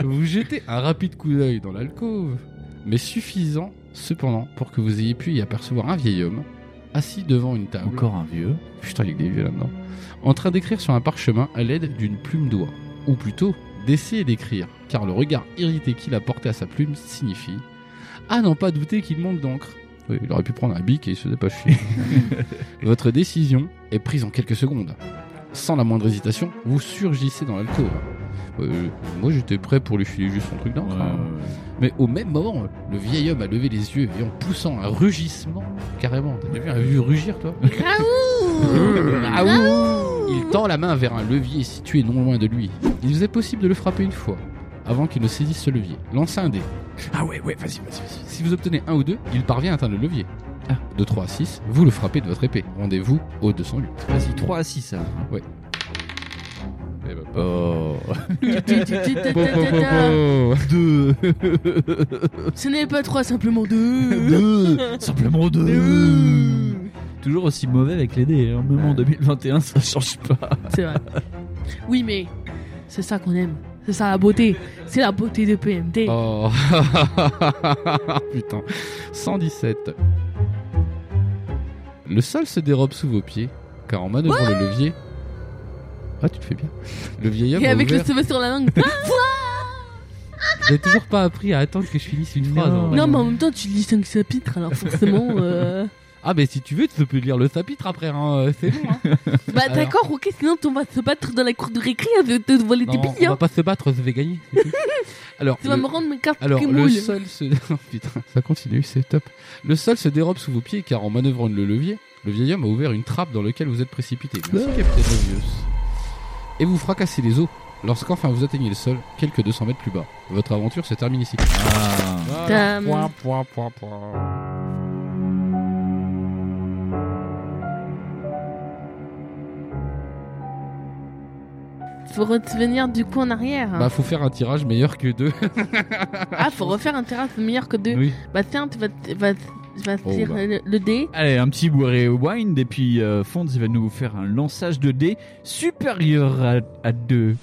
Speaker 3: [LAUGHS] vous jetez un rapide coup d'œil dans l'alcôve, mais suffisant, cependant, pour que vous ayez pu y apercevoir un vieil homme, assis devant une table.
Speaker 5: Encore un vieux.
Speaker 3: Putain, il y a que des vieux là-dedans. En train d'écrire sur un parchemin à l'aide d'une plume d'oie. Ou plutôt, d'essayer d'écrire, car le regard irrité qu'il a porté à sa plume signifie Ah, n'en pas douter qu'il manque d'encre. Oui, il aurait pu prendre un bic et il se faisait pas chier. Votre décision est prise en quelques secondes. Sans la moindre hésitation, vous surgissez dans l'alcôve. Euh, moi j'étais prêt pour lui filer juste son truc d'encre. hein.
Speaker 5: Euh,
Speaker 3: Mais au même moment, le vieil homme a levé les yeux et en poussant un rugissement, carrément. T'as déjà vu un vieux rugir, toi [LAUGHS] Ah ouh Il tend la main vers un levier situé non loin de lui. Il vous est possible de le frapper une fois, avant qu'il ne saisisse ce levier. Lancez un dé.
Speaker 5: Ah ouais, ouais, vas-y, vas-y, vas-y.
Speaker 3: Si vous obtenez un ou deux, il parvient à atteindre le levier.
Speaker 5: Ah.
Speaker 3: De 3 à 6, vous le frappez de votre épée. Rendez-vous au 208.
Speaker 5: Vas-y, 3 à 6 ça.
Speaker 3: Eh ben,
Speaker 5: Oh. Deux.
Speaker 4: Ce n'est pas 3, simplement 2
Speaker 5: Deux. Simplement deux. Toujours aussi mauvais avec les dés. hein. Même en 2021, ça change pas.
Speaker 4: C'est vrai. Oui, mais c'est ça qu'on aime. C'est ça la beauté. C'est la beauté de PMT.
Speaker 3: Oh [LAUGHS] Putain 117. Le sol se dérobe sous vos pieds, car en manœuvrant le levier. Ah, tu le fais bien. Le vieil homme
Speaker 4: Et
Speaker 3: a
Speaker 4: avec le
Speaker 3: ouvert-
Speaker 4: sommet sur la langue.
Speaker 3: Vous avez toujours pas appris à attendre que je finisse une phrase. hein.
Speaker 5: Non.
Speaker 3: en vrai.
Speaker 4: non, mais en même temps, tu lis 5 chapitres, alors
Speaker 3: [LAUGHS]
Speaker 4: forcément. euh,
Speaker 3: Ah, mais si tu veux, tu peux lire le chapitre après, hein, c'est
Speaker 4: [LAUGHS]
Speaker 3: bon. Hein.
Speaker 4: Bah
Speaker 3: Alors.
Speaker 4: d'accord, ok, sinon on va se battre dans la cour de récré avec te voler tes
Speaker 3: Non,
Speaker 4: billes.
Speaker 3: on
Speaker 4: Hein.
Speaker 3: va pas se battre, je vais gagner.
Speaker 4: [LAUGHS]
Speaker 3: c'est tout. Alors,
Speaker 4: Tu vas
Speaker 3: le-
Speaker 4: me rendre mes cartes
Speaker 3: Alors,
Speaker 4: qui
Speaker 3: le
Speaker 4: mouillent.
Speaker 3: sol se. [LAUGHS] Oh, putain, ça continue, c'est top. Le sol se dérobe sous vos pieds car en manœuvrant le levier, le vieil homme a ouvert une trappe dans laquelle vous êtes précipité. Merci,
Speaker 4: Ah.
Speaker 3: capitaine Obvious. Et vous fracassez les eaux. Lorsqu'enfin vous atteignez le sol, quelques 200 mètres plus bas, votre aventure se termine ici.
Speaker 5: Ah.
Speaker 3: Voilà.
Speaker 4: Tam.
Speaker 3: Point, point, point, point.
Speaker 4: Faut revenir du coup en arrière. hein.
Speaker 3: Bah, faut faire un tirage meilleur que deux.
Speaker 4: ah, faut refaire un terrain meilleur que deux.
Speaker 3: Bah, Oui.
Speaker 4: Bah tiens, tu vas, tu vas, tu vas
Speaker 3: Oh,
Speaker 4: tirer
Speaker 3: bah.
Speaker 4: le, le dé.
Speaker 5: Allez, un petit rewind et puis euh, Fonz il va nous faire un lançage de dés supérieur à, à 2.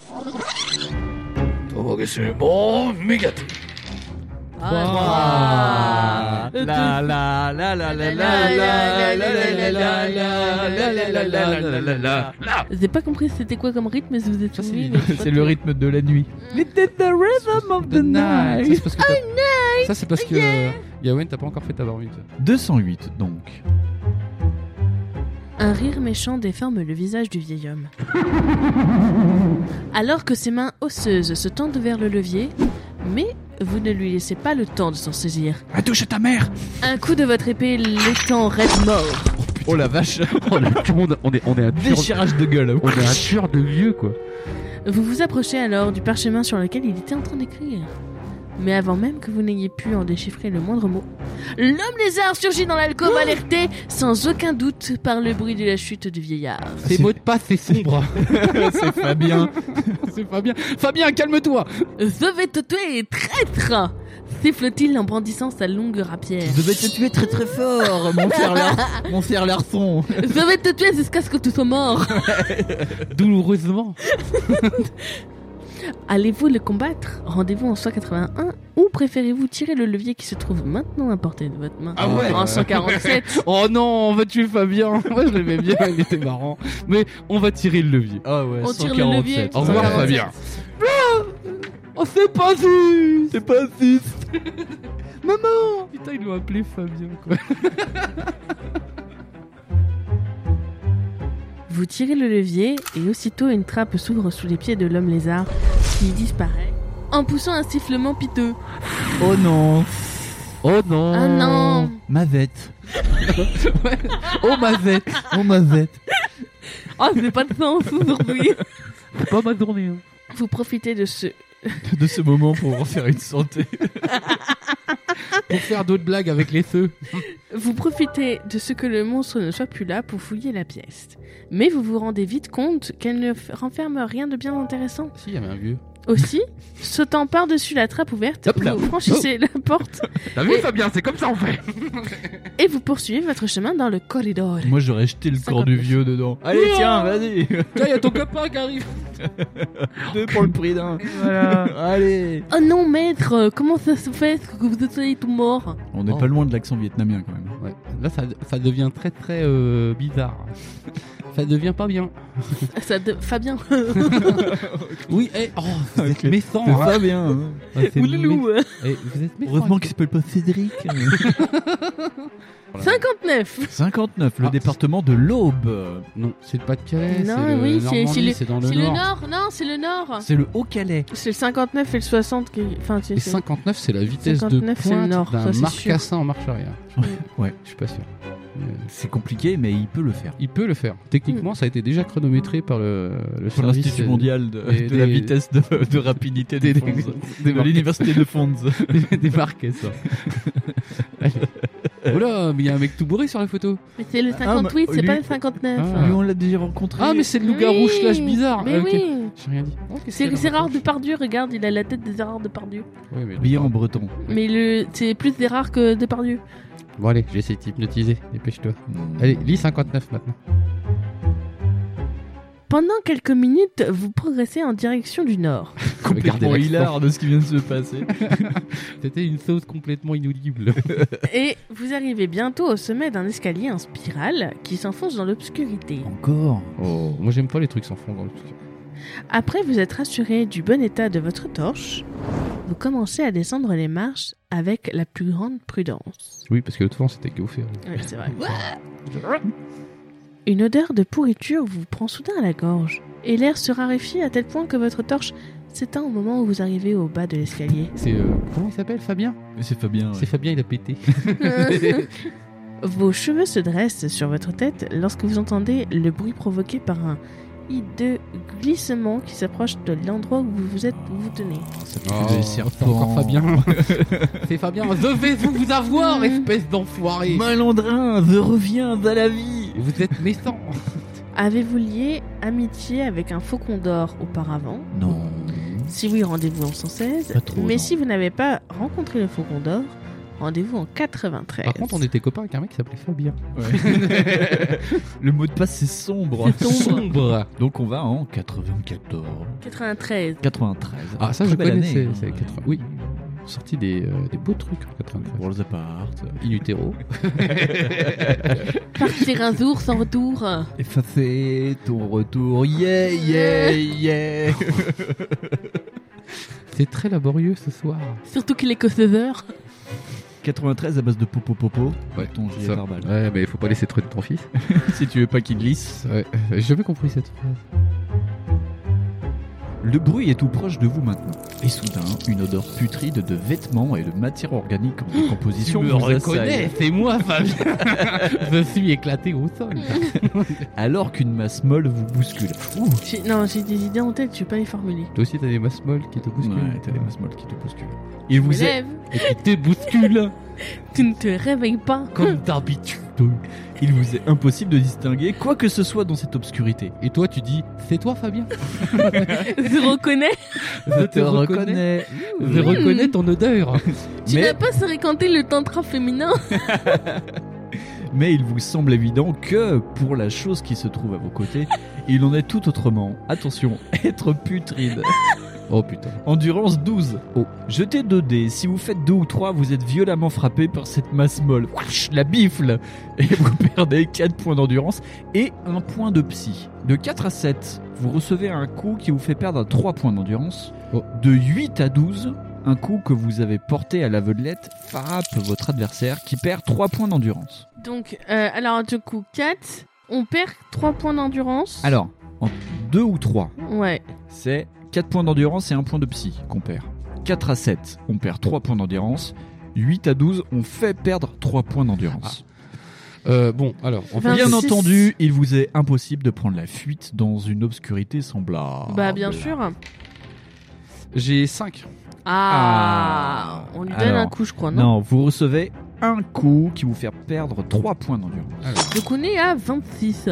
Speaker 4: Ah, trois.
Speaker 5: La la la la la la la la la la la la la la la la la la.
Speaker 4: J'ai pas compris c'était quoi comme rythme, mais vous êtes
Speaker 5: Ça,
Speaker 4: souvenus,
Speaker 5: c'est-
Speaker 4: mais je sais pas
Speaker 5: C'est le
Speaker 4: tout.
Speaker 5: rythme de la nuit. the rhythm of the
Speaker 3: Ça,
Speaker 5: night.
Speaker 3: c'est parce que t'as- Ça, c'est parce que euh, Yawen, t'as pas encore fait ta barbite.
Speaker 5: 208 donc.
Speaker 4: Un rire méchant déforme le visage du vieil
Speaker 5: [LAUGHS]
Speaker 4: homme. Alors que ses mains osseuses se tendent vers le levier, mais vous ne lui laissez pas le temps de s'en saisir.
Speaker 5: Ah touche à ta mère.
Speaker 4: Un coup de votre épée l'étend raide mort.
Speaker 5: Oh la vache.
Speaker 3: [LAUGHS] on est, on est à
Speaker 5: Déchirage de gueule.
Speaker 3: tueur de vieux, quoi.
Speaker 4: Vous vous approchez alors du parchemin sur lequel il était en train d'écrire. Mais avant même que vous n'ayez pu en déchiffrer le moindre mot, l'homme lézard surgit dans
Speaker 5: Oh
Speaker 4: l'alcôve alerté, sans aucun doute, par le bruit de la chute du vieillard.
Speaker 3: Ces mots de passe, c'est [LAUGHS] sombre.
Speaker 5: [LAUGHS] C'est Fabien.
Speaker 3: c'est Fabien. Fabien, calme-toi.
Speaker 4: Je vais te tuer, traître siffle-t-il en brandissant sa longue
Speaker 3: [LAUGHS]
Speaker 4: rapière.
Speaker 5: [LAUGHS] Je vais te tuer très très fort, mon cher, Lar- mon cher [LAUGHS] Larson.
Speaker 4: Je vais te tuer jusqu'à ce que tu sois mort.
Speaker 3: Douloureusement.
Speaker 4: [LAUGHS] Allez-vous le combattre Rendez-vous en 181 ou préférez-vous tirer le levier qui se trouve maintenant à portée de votre main
Speaker 5: Ah ouais.
Speaker 4: En 147
Speaker 3: Oh non, on va tuer Fabien. Moi, je l'aimais bien, il était marrant. Mais on va tirer le levier.
Speaker 5: Ah ouais,
Speaker 4: On tire le 147. levier.
Speaker 3: Au revoir,
Speaker 4: 147.
Speaker 3: Fabien. Oh, c'est pas juste
Speaker 5: C'est pas juste.
Speaker 3: [LAUGHS] Maman Putain, ils l'ont appelé Fabien, quoi.
Speaker 4: Vous tirez le levier et aussitôt une trappe s'ouvre sous les pieds de l'homme lézard qui disparaît en poussant un sifflement piteux.
Speaker 5: [LAUGHS] Oh non,
Speaker 3: Oh non
Speaker 4: Ah non
Speaker 5: [LAUGHS] Mavette. oh Mavette, oh Mavette.
Speaker 4: Oh, c'est pas de sens
Speaker 3: [LAUGHS]
Speaker 4: aujourd'hui
Speaker 3: Pas ma journée.
Speaker 5: hein.
Speaker 4: Vous profitez de ce...
Speaker 5: De ce moment pour en faire une santé.
Speaker 3: Pour faire d'autres blagues avec les feux.
Speaker 4: Vous profitez de ce que le monstre ne soit plus là pour fouiller la pièce. Mais vous vous rendez vite compte qu'elle ne f- renferme rien de bien intéressant.
Speaker 3: Si, il y avait un vieux. [LAUGHS]
Speaker 4: Aussi, sautant par-dessus la trappe ouverte,
Speaker 3: Hop là. Oh.
Speaker 4: vous franchissez la porte
Speaker 3: T'as vu, Fabien C'est comme ça, on fait
Speaker 4: et vous poursuivez votre chemin dans le corridor.
Speaker 5: Moi j'aurais jeté le corps du vieux dedans. Allez tiens, vas-y.
Speaker 3: Tiens, y a ton copain qui arrive
Speaker 5: Deux pour le prix d'un. [LAUGHS] Allez.
Speaker 4: Oh non, maître, euh, comment ça se fait que vous êtes tout mort
Speaker 5: On n'est
Speaker 3: Oh.
Speaker 5: pas loin de l'accent vietnamien quand même.
Speaker 3: Ouais. Là, ça, ça devient très très euh, bizarre. Ça devient pas bien.
Speaker 4: Ça de- Fabien.
Speaker 3: Oui, eh, oh, vous êtes
Speaker 5: Ok.
Speaker 3: méchant.
Speaker 5: C'est
Speaker 3: hein.
Speaker 5: pas bien. hein.
Speaker 3: Ouais, c'est mé-
Speaker 4: Ouloulou. euh,
Speaker 3: eh, vous êtes méchant.
Speaker 5: Heureusement qu'il s'appelle pas [LAUGHS] Cédric.
Speaker 4: 59
Speaker 5: 59, le
Speaker 3: Ah.
Speaker 5: département de l'Aube.
Speaker 3: Non, c'est le Pas-de-Calais.
Speaker 4: Non,
Speaker 3: c'est le
Speaker 4: oui, c'est-
Speaker 3: Normandie,
Speaker 4: c'est le-
Speaker 3: c'est dans
Speaker 4: C'est
Speaker 3: le
Speaker 4: le
Speaker 3: Nord.
Speaker 4: nord, non, c'est le nord
Speaker 5: C'est le Haut-Calais.
Speaker 4: C'est le 59 et le 60 qui... Enfin, c'est...
Speaker 3: Et
Speaker 4: c'est-
Speaker 3: 59, c'est la vitesse
Speaker 4: 59,
Speaker 3: de
Speaker 4: c'est le
Speaker 3: pointe
Speaker 4: Nord, ça,
Speaker 3: d'un
Speaker 4: c'est
Speaker 3: marcassin en marche
Speaker 4: [LAUGHS]
Speaker 3: arrière.
Speaker 5: Ouais.
Speaker 3: Je suis pas sûr. Mais, euh,
Speaker 5: C'est compliqué, mais il peut le faire.
Speaker 3: Il peut le faire.
Speaker 4: Mm.
Speaker 3: Techniquement, ça a été déjà chronométré par le, le
Speaker 5: Pour
Speaker 3: service,
Speaker 5: l'Institut
Speaker 3: euh,
Speaker 5: mondial de,
Speaker 3: et
Speaker 5: de la
Speaker 3: des-
Speaker 5: vitesse de, de rapidité
Speaker 3: des,
Speaker 5: des,
Speaker 3: des,
Speaker 5: Fonds.
Speaker 3: [LAUGHS] des,
Speaker 5: de
Speaker 3: mar-
Speaker 5: l'université de [LAUGHS] Fonds.
Speaker 3: des- des marcassins. Allez. oh là, mais il y a un mec tout bourré sur la photo.
Speaker 4: Mais c'est le
Speaker 5: Ah,
Speaker 4: 58,
Speaker 5: mais-
Speaker 4: c'est pas
Speaker 5: lui-
Speaker 4: le 59.
Speaker 3: Ah. Lui,
Speaker 5: on l'a déjà rencontré.
Speaker 3: Ah, mais c'est le loup-garou
Speaker 4: Oui,
Speaker 3: slash bizarre.
Speaker 4: Mais
Speaker 3: Ah, ok.
Speaker 4: oui
Speaker 3: J'ai rien dit. Oh,
Speaker 4: C'est c'est rare de Pardieu, regarde, il a la tête des erreurs de Pardieu.
Speaker 3: Oui, mais
Speaker 5: Bien en breton.
Speaker 4: Mais le... c'est plus des rares que de Pardieu.
Speaker 3: Bon, allez, j'ai essayé de t'hypnotiser. Dépêche-toi.
Speaker 5: Mmh.
Speaker 3: Allez, lis 59 maintenant.
Speaker 4: Pendant quelques minutes, vous progressez en direction du
Speaker 3: [LAUGHS]
Speaker 4: nord.
Speaker 5: Complètement
Speaker 3: Regardez
Speaker 5: hilar de ce qui vient de se passer.
Speaker 3: C'était une sauce complètement
Speaker 5: [LAUGHS]
Speaker 3: inaudible.
Speaker 4: Et vous arrivez bientôt au sommet d'un escalier en spirale qui s'enfonce dans l'obscurité.
Speaker 5: Encore
Speaker 3: oh, moi j'aime pas les trucs sans fond dans le truc.
Speaker 4: Après vous être rassuré du bon état de votre torche, vous commencez à descendre les marches avec la plus grande prudence.
Speaker 3: Oui, parce que l'autre fois on s'était gaufé.
Speaker 4: Ouais, c'est vrai. Une odeur de pourriture vous prend soudain à la gorge et l'air se raréfie à tel point que votre torche s'éteint au moment où vous arrivez au bas de l'escalier.
Speaker 3: C'est. euh, comment il s'appelle Fabien
Speaker 5: C'est Fabien.
Speaker 3: C'est Fabien, il a pété.
Speaker 4: Vos cheveux se dressent sur votre tête lorsque vous entendez le bruit provoqué par un hideux glissement qui s'approche de l'endroit où vous vous êtes où vous tenez.
Speaker 5: Ah, des
Speaker 3: c'est
Speaker 5: serpents.
Speaker 3: encore [LAUGHS] Fabien. c'est Fabien. Devez-vous vous avoir,
Speaker 4: Mm.
Speaker 3: espèce d'enfoiré
Speaker 5: Malandrin, je reviens à la vie
Speaker 3: Vous êtes méchant.
Speaker 4: Avez-vous lié amitié avec un faucon d'or auparavant
Speaker 5: Non.
Speaker 4: Si oui, rendez-vous en 116.
Speaker 5: Pas trop,
Speaker 4: mais
Speaker 5: non.
Speaker 4: si vous n'avez pas rencontré le faucon d'or, rendez-vous en 93.
Speaker 3: Par contre, on était copains avec un mec qui s'appelait Fabien.
Speaker 5: [LAUGHS] Le mot de passe c'est sombre. [LAUGHS]
Speaker 3: Sombre.
Speaker 5: Donc on va en 94.
Speaker 4: 93.
Speaker 5: 93.
Speaker 3: Ah, ça
Speaker 5: Très
Speaker 3: je
Speaker 5: belle
Speaker 3: connaissais.
Speaker 5: année,
Speaker 3: c'est
Speaker 5: hein.
Speaker 3: 80. Oui. Sorti des, euh, des beaux trucs en 93.
Speaker 5: Worlds Apart.
Speaker 3: In utero.
Speaker 4: Partir un jour sans retour. euh,
Speaker 5: Effacer ton retour. Yeah, yeah, [LAUGHS] yeah.
Speaker 3: C'est très laborieux ce soir.
Speaker 4: Surtout qu'il est que 16 heures.
Speaker 5: 93 à base de popo popo.
Speaker 3: Ouais,
Speaker 5: ton gilet
Speaker 3: ça.
Speaker 5: pare-balles.
Speaker 3: Ouais, mais il faut pas laisser trop de ton [LAUGHS] fils.
Speaker 5: si tu veux pas qu'il glisse.
Speaker 3: Ouais, j'ai jamais compris cette phrase.
Speaker 5: Le bruit est tout proche de vous maintenant. Et soudain, une odeur putride de vêtements et de matière [GASPS] organique en décomposition vous assaille.
Speaker 3: c'est moi, Fabien. [LAUGHS] Je suis éclaté au [LAUGHS] sol.
Speaker 5: Alors qu'une masse molle vous bouscule. Ouh.
Speaker 4: J'ai- Non, j'ai des idées en tête, je vais pas les formuler.
Speaker 3: Toi aussi, t'as des masses molles qui te bousculent.
Speaker 5: Ouais, t'as des masses molles qui te bousculent. Il
Speaker 4: Je me
Speaker 5: vous est
Speaker 4: lève.
Speaker 3: Et qui te bousculent.
Speaker 4: Tu ne te réveilles pas.
Speaker 5: Comme d'habitude, il vous est impossible de distinguer quoi que ce soit dans cette obscurité.
Speaker 3: Et toi, tu dis, c'est toi, Fabien
Speaker 4: Tu reconnais
Speaker 5: Je
Speaker 3: te reconnais. Je reconnais ton odeur.
Speaker 4: Tu
Speaker 5: Mais-
Speaker 4: n'as pas fréquenté le tantra féminin
Speaker 5: Mais il vous semble évident que, pour la chose qui se trouve à vos côtés, [LAUGHS] il en est tout autrement. Attention, [LAUGHS] être putride.
Speaker 3: [LAUGHS] Oh putain.
Speaker 5: Endurance 12.
Speaker 3: Oh.
Speaker 5: Jetez 2 dés. Si vous faites 2 ou 3, vous êtes violemment frappé par cette masse molle. Ouach, la bifle [LAUGHS] Et vous perdez 4 points d'endurance et 1 point de psy. De 4 à 7, vous recevez un coup qui vous fait perdre 3 points d'endurance.
Speaker 3: Oh.
Speaker 5: De 8 à 12, un coup que vous avez porté à l'aveuglette frappe votre adversaire qui perd 3 points d'endurance.
Speaker 4: Donc, euh, alors du coup, 4, on perd 3 points d'endurance.
Speaker 5: Alors, en 2 ou 3,
Speaker 4: Ouais.
Speaker 5: c'est 4 points d'endurance et 1 point de psy qu'on perd. 4 à 7, on perd 3 points d'endurance. 8 à 12, on fait perdre 3 points d'endurance.
Speaker 3: [LAUGHS]
Speaker 4: Ah.
Speaker 3: Euh, bon, alors, on fait...
Speaker 4: Vingt-
Speaker 5: Bien
Speaker 4: 26.
Speaker 5: entendu, il vous est impossible de prendre la fuite dans une obscurité
Speaker 3: Oh,
Speaker 5: semblable.
Speaker 4: bah, bien sûr.
Speaker 3: J'ai 5.
Speaker 4: Ah, On lui donne
Speaker 5: Alors,
Speaker 4: un coup, je crois, non,
Speaker 5: Non, vous recevez un coup qui vous fait perdre 3 points d'endurance.
Speaker 4: Donc, on est à 26.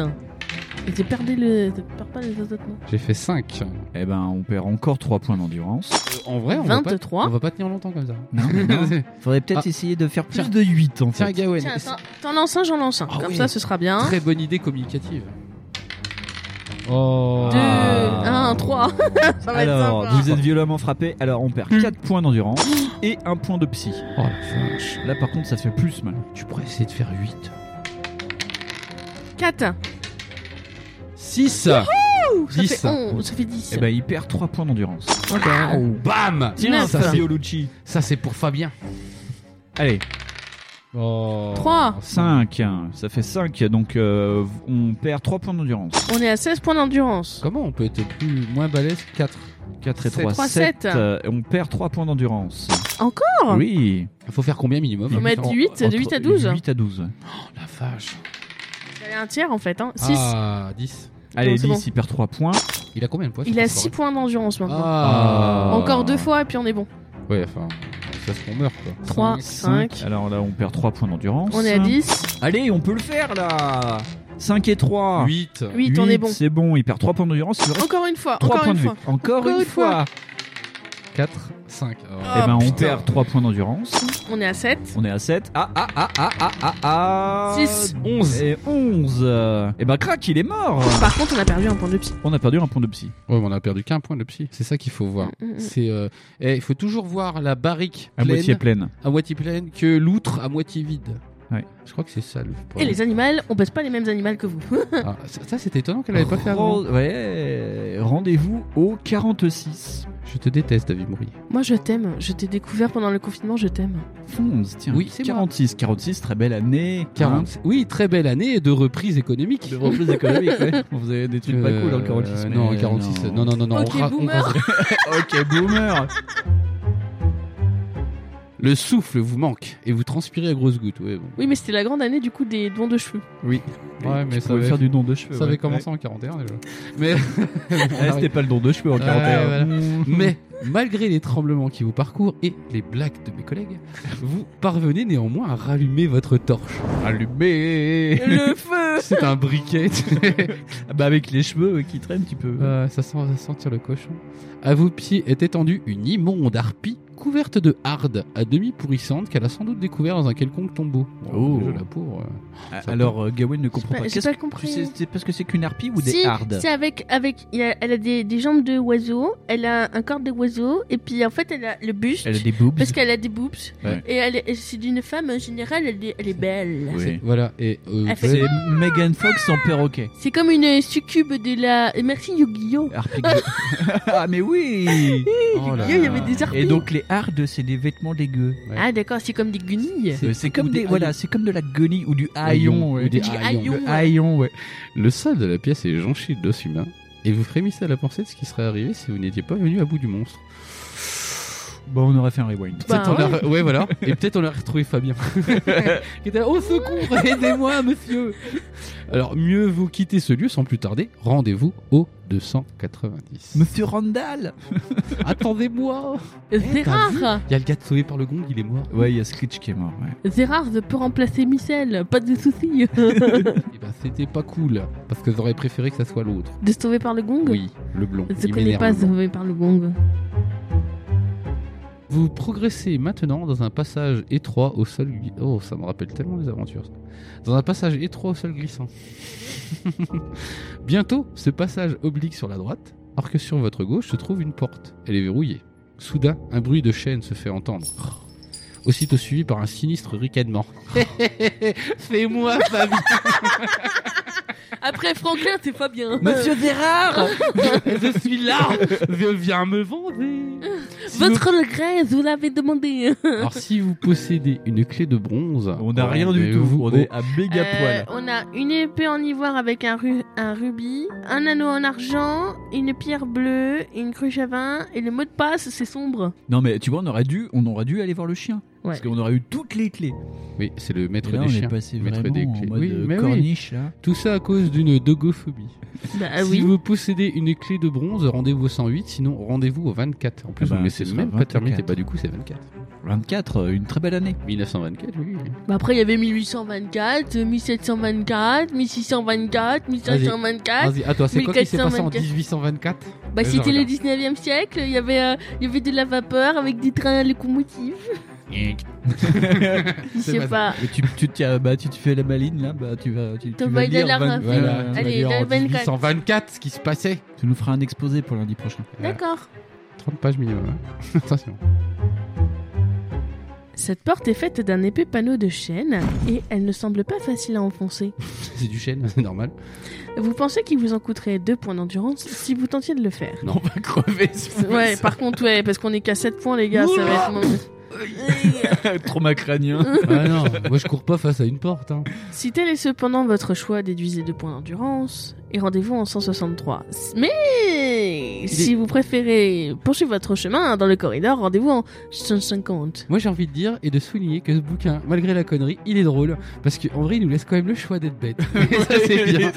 Speaker 4: Et tu perds le... tu perds pas les autres, non
Speaker 3: J'ai fait 5.
Speaker 5: Eh ben, on perd encore 3 points d'endurance.
Speaker 3: en vrai, on va, pas,
Speaker 4: 23.
Speaker 3: on va pas tenir longtemps comme ça.
Speaker 5: Non, [LAUGHS]
Speaker 3: [LAUGHS]
Speaker 5: faudrait peut-être essayer de faire plus de 8 en
Speaker 3: Tiens,
Speaker 5: fait.
Speaker 3: Gawen,
Speaker 4: Tiens, t'en- t'en lances un, j'en lance un.
Speaker 3: Ah
Speaker 4: Comme
Speaker 3: oui.
Speaker 4: ça, ce sera bien.
Speaker 3: très bonne idée communicative. Oh.
Speaker 4: Deux, un, trois. [LAUGHS] Ça va être
Speaker 5: Ah. Alors,
Speaker 4: sympa. Hmm.
Speaker 5: vous êtes violemment frappé. Alors, on perd 4 points d'endurance et 1 point de psy.
Speaker 3: Oh la vache.
Speaker 5: Là, par contre, ça fait plus mal. Eh
Speaker 3: Tu pourrais essayer de faire 8.
Speaker 4: 4.
Speaker 3: 6
Speaker 4: Ça
Speaker 3: 10.
Speaker 4: fait 11, ça fait 10.
Speaker 5: Eh ben, il perd 3 points d'endurance.
Speaker 3: oh, Bam
Speaker 5: Tiens,
Speaker 4: Neuf.
Speaker 5: ça, Biolucci.
Speaker 3: Ça, c'est pour Fabien.
Speaker 5: Allez,
Speaker 3: Oh.
Speaker 4: Trois.
Speaker 5: 5. Ça fait 5. Donc, euh, on perd 3 points d'endurance.
Speaker 4: On est à 16 points d'endurance.
Speaker 3: Comment on peut être plus moins balèze 4
Speaker 5: 4 et
Speaker 3: Sept.
Speaker 5: 3,
Speaker 4: Trois,
Speaker 5: 7.
Speaker 4: sept.
Speaker 5: on perd 3 points d'endurance.
Speaker 4: Encore
Speaker 5: Oui.
Speaker 3: Faut faire combien minimum
Speaker 4: Faut mettre 8, de 8 à 12.
Speaker 5: 8 à 12.
Speaker 3: Oh la vache.
Speaker 4: J'avais un tiers en fait. Hein. 6.
Speaker 3: Ah, 10.
Speaker 5: Allez,
Speaker 4: Non, c'est
Speaker 5: 10,
Speaker 4: bon.
Speaker 5: il perd 3 points.
Speaker 3: Il a combien de points
Speaker 4: Il a 6 points d'endurance maintenant.
Speaker 3: Ah.
Speaker 4: Encore deux fois et puis on est bon.
Speaker 3: Ouais, enfin, ça se qu'on meurt quoi.
Speaker 4: 3, 5.
Speaker 5: Alors là, on perd 3 points d'endurance.
Speaker 4: On est à 10.
Speaker 5: Allez, on peut le faire là. 5 et 3.
Speaker 3: 8.
Speaker 4: 8, on est bon.
Speaker 5: C'est bon, il perd 3 points d'endurance. Il reste
Speaker 4: Encore une fois,
Speaker 5: 3
Speaker 4: encore
Speaker 5: points
Speaker 4: une
Speaker 5: de
Speaker 4: fois.
Speaker 5: vue. Encore une fois.
Speaker 3: 4, 5. Oh.
Speaker 5: Eh ben, on
Speaker 4: Ah, putain.
Speaker 5: perd 3 points d'endurance.
Speaker 4: On est à 7.
Speaker 5: On est à 7. Ah, ah, ah, ah, ah, ah, ah.
Speaker 4: Six.
Speaker 5: 11. Et 11. Et ben, crac, il est mort.
Speaker 4: Par contre, on a perdu un point de psy.
Speaker 5: On a perdu un point de psy.
Speaker 3: Ouais, mais on a perdu qu'un point de psy. C'est ça qu'il faut voir.
Speaker 4: Mm, mm, mm.
Speaker 3: C'est, euh, eh, il faut toujours voir la barrique
Speaker 5: À
Speaker 3: pleine,
Speaker 5: moitié pleine.
Speaker 3: à moitié pleine que l'outre à moitié vide.
Speaker 5: Ouais.
Speaker 3: Je crois que c'est ça le
Speaker 4: Et
Speaker 3: problème.
Speaker 4: les animaux, on pèse pas les mêmes animaux que vous.
Speaker 3: Ah, ça, ça, c'était étonnant qu'elle avait pas fait avant.
Speaker 4: Oh.
Speaker 5: Ren- Ouais. Rendez-vous au 46.
Speaker 3: Je te déteste, David Mourier.
Speaker 4: Moi, je t'aime. Je t'ai découvert pendant le confinement, je t'aime.
Speaker 5: 11, tiens.
Speaker 3: Oui, c'est Ah.
Speaker 5: 46. 46, très belle année.
Speaker 3: 40. Oui, très belle année de reprise économique.
Speaker 5: Hein De reprise économique,
Speaker 3: [LAUGHS]
Speaker 5: ouais. On faisait des trucs pas cool en
Speaker 3: Euh,
Speaker 5: 46. mais
Speaker 3: non, 46. Non, non, non, non.
Speaker 4: Ok,
Speaker 3: on ra- on
Speaker 4: boomer.
Speaker 3: ra-
Speaker 5: ok, boomer.
Speaker 3: Le souffle vous manque et vous transpirez à grosses gouttes. Ouais, bon.
Speaker 4: Oui, mais c'était la grande année du coup des dons de
Speaker 5: [LAUGHS]
Speaker 4: cheveux.
Speaker 3: Ouais, mais
Speaker 5: Tu
Speaker 3: ça
Speaker 5: pouvais
Speaker 3: avait-
Speaker 5: faire du don de cheveux.
Speaker 3: Ça avait
Speaker 5: ouais.
Speaker 3: commencé en 41 déjà. [LAUGHS] Mais,
Speaker 5: Ouais, Eh, c'était pas le don de cheveux en Mmh. 41.
Speaker 3: voilà. mais malgré les tremblements qui vous parcourent et les blagues de mes collègues, vous parvenez néanmoins à rallumer votre torche. [LAUGHS] Allumez
Speaker 4: Le feu
Speaker 3: C'est un briquet.
Speaker 5: Ah [LAUGHS] Bah, avec les cheveux qui traînent, tu peux.
Speaker 3: Euh, ça sent ça sentir le cochon. À vos pieds est étendue une immonde harpie couverte de hardes à demi pourrissante qu'elle a sans doute découvert dans un quelconque tombeau.
Speaker 5: Oh.
Speaker 3: déjà, la pauvre. euh.
Speaker 5: Ah, Alors, euh, Gawain ne comprend
Speaker 4: pas-
Speaker 5: pas.
Speaker 4: j'ai
Speaker 5: Qu'est-ce
Speaker 4: pas
Speaker 5: que-
Speaker 4: compris.
Speaker 5: tu sais- C'est parce que c'est qu'une harpie ou des
Speaker 4: Si,
Speaker 5: hardes
Speaker 4: C'est avec, avec, il y a- elle a des, des jambes de oiseau, elle a un corps de oiseau, et puis en fait elle a le buste
Speaker 5: Elle a des boobs.
Speaker 4: parce qu'elle a des boobs.
Speaker 5: Ouais.
Speaker 4: Et elle, est- et c'est d'une femme en général, elle est, elle est belle.
Speaker 5: Oui.
Speaker 3: Voilà. Et euh,
Speaker 4: Elle
Speaker 5: C'est Megan
Speaker 4: Ah.
Speaker 5: Fox en perroquet.
Speaker 4: C'est comme une succube de la. et Merci Yu-Gi-Oh. [LAUGHS]
Speaker 5: Harpie que- ah, mais oui
Speaker 3: oh là
Speaker 4: Yu-Gi-Oh, il y
Speaker 3: là.
Speaker 4: avait des harpies.
Speaker 5: Et donc, les hardes, c'est des vêtements dégueux.
Speaker 3: Ouais.
Speaker 4: Ah d'accord, c'est comme des guenilles.
Speaker 5: Euh, C'est comme des. Voilà, c'est comme de la guenille ou du haillon.
Speaker 3: haillons,
Speaker 5: ouais.
Speaker 3: ou des
Speaker 4: Du
Speaker 3: haillons.
Speaker 4: haillon.
Speaker 5: Le haillon, ouais.
Speaker 3: Le sol de la pièce est jonché d'os humains, et vous frémissez à la pensée de ce qui serait arrivé si vous n'étiez pas venu à bout du monstre.
Speaker 5: Bah, on aurait fait un rewind.
Speaker 4: Bah,
Speaker 3: Peut-être on
Speaker 4: ouais.
Speaker 3: a- ouais, voilà. Et peut-être on a retrouvé Fabien. qui était là, au secours,
Speaker 4: hein.
Speaker 3: aidez-moi, monsieur. Alors, mieux vaut quitter ce lieu sans plus tarder. Rendez-vous au
Speaker 5: [LAUGHS]
Speaker 3: 290.
Speaker 5: Monsieur Randall
Speaker 3: Attendez-moi. t'as vu
Speaker 4: Zérard
Speaker 3: Il y a le gars de sauvé par le gong, il est mort.
Speaker 5: Ouais, il y a Screech qui est mort, ouais.
Speaker 4: Zérard peut remplacer Michel, pas de
Speaker 5: [LAUGHS]
Speaker 4: soucis.
Speaker 3: Et bah, c'était pas cool. Parce que j'aurais préféré que ça soit l'autre.
Speaker 4: de se sauver par le gong
Speaker 3: Oui, le blond.
Speaker 4: Je
Speaker 3: Il
Speaker 4: connais
Speaker 3: m'énerve,
Speaker 4: pas
Speaker 3: le blond.
Speaker 4: sauvé par le gong.
Speaker 3: Vous progressez maintenant dans un passage étroit au sol. gli- Oh, ça me rappelle tellement les aventures. ça. Dans un passage étroit au sol glissant. [LAUGHS] Bientôt, ce passage oblique sur la droite, alors que sur votre gauche se trouve une porte. Elle est verrouillée. Soudain, un bruit de chaîne se fait entendre. Aussitôt suivi par un sinistre ricanement. Fais-moi, Fabien
Speaker 4: Après Franklin, c'est pas bien.
Speaker 5: Zérard
Speaker 3: Je suis là Je viens me vendre Si vous-
Speaker 4: Votre regret, vous l'avez demandé.
Speaker 3: Alors, si vous possédez une clé de bronze...
Speaker 5: On a rien du tout,
Speaker 3: rendez-vous
Speaker 5: on
Speaker 3: au-
Speaker 5: est à méga
Speaker 4: Euh,
Speaker 5: poil.
Speaker 4: on a une épée en ivoire avec un, ru- un rubis, un anneau en argent, une pierre bleue, une cruche à vin, et le mot de passe, c'est sombre.
Speaker 5: Non mais tu vois, on aurait dû, on aurait dû aller voir le chien. Parce
Speaker 4: Ouais.
Speaker 5: qu'on aurait eu toutes les clés.
Speaker 3: Oui, oh, c'est le
Speaker 5: Et
Speaker 3: maître
Speaker 5: là, on
Speaker 3: des chiens.
Speaker 5: est passé
Speaker 3: Maître
Speaker 5: vraiment
Speaker 3: des
Speaker 5: en
Speaker 3: clés.
Speaker 5: mode
Speaker 3: Oui,
Speaker 5: euh,
Speaker 3: mais oui.
Speaker 5: corniche, là.
Speaker 3: Tout ça à cause d'une dogophobie.
Speaker 4: Bah
Speaker 3: si
Speaker 4: oui.
Speaker 3: vous possédez une clé de bronze, rendez-vous au 108, sinon rendez-vous au 24. En plus,
Speaker 5: Eh ben,
Speaker 3: vous ne laissez
Speaker 5: ce sera
Speaker 3: même pas
Speaker 5: 24.
Speaker 3: terminer, bah du coup c'est 24.
Speaker 5: 24, euh, une très belle année.
Speaker 3: 1924, oui.
Speaker 4: Bah après, il y avait 1824, 1724, 1624, 1524.
Speaker 3: Vas-y, attends, c'est quoi qui s'est passé en
Speaker 4: 1424?
Speaker 3: 1824
Speaker 4: Bah
Speaker 3: Vas-y,
Speaker 4: c'était le
Speaker 3: regarde.
Speaker 4: 19e siècle, il y avait euh, il y avait de la vapeur avec des trains à locomotive. [LAUGHS] Je
Speaker 3: C'est
Speaker 4: sais
Speaker 3: pas
Speaker 4: pas.
Speaker 5: Mais tu, tu, t'y as- bah, tu te fais la maline là, bah tu vas, tu, tu
Speaker 4: T'as
Speaker 5: vas
Speaker 4: pas
Speaker 5: lire
Speaker 4: eu la
Speaker 5: 20
Speaker 4: rafle.
Speaker 5: voilà,
Speaker 3: Voilà,
Speaker 5: tu vas
Speaker 4: Allez,
Speaker 5: lire
Speaker 4: dans le
Speaker 5: en
Speaker 4: 24.
Speaker 3: 1824, ce qui se passait
Speaker 5: Tu nous feras un exposé pour lundi prochain.
Speaker 4: D'accord.
Speaker 3: 30 pages minimum. hein. [LAUGHS] Attention.
Speaker 4: Cette porte est faite d'un épais panneau de chêne et elle ne semble pas facile à enfoncer.
Speaker 3: C'est du chêne, [LAUGHS] c'est normal.
Speaker 4: Vous pensez qu'il vous en coûterait deux points d'endurance si vous tentiez de le faire
Speaker 3: Non, on va crever.
Speaker 4: Ouais, par contre, ouais, parce qu'on est qu'à 7 points, les gars, ça va être mon-
Speaker 5: Trauma crânien.
Speaker 3: Ah non, moi je cours pas face à une porte. Hein.
Speaker 4: Si tel est cependant votre choix, déduisez deux points d'endurance et rendez-vous en 163. Mais si vous préférez poursuivre votre chemin dans le corridor, rendez-vous en 150.
Speaker 3: Moi j'ai envie de dire et de souligner que ce bouquin, malgré la connerie, il est drôle parce qu'en vrai il nous laisse quand même le choix d'être bête. Et ça c'est bien.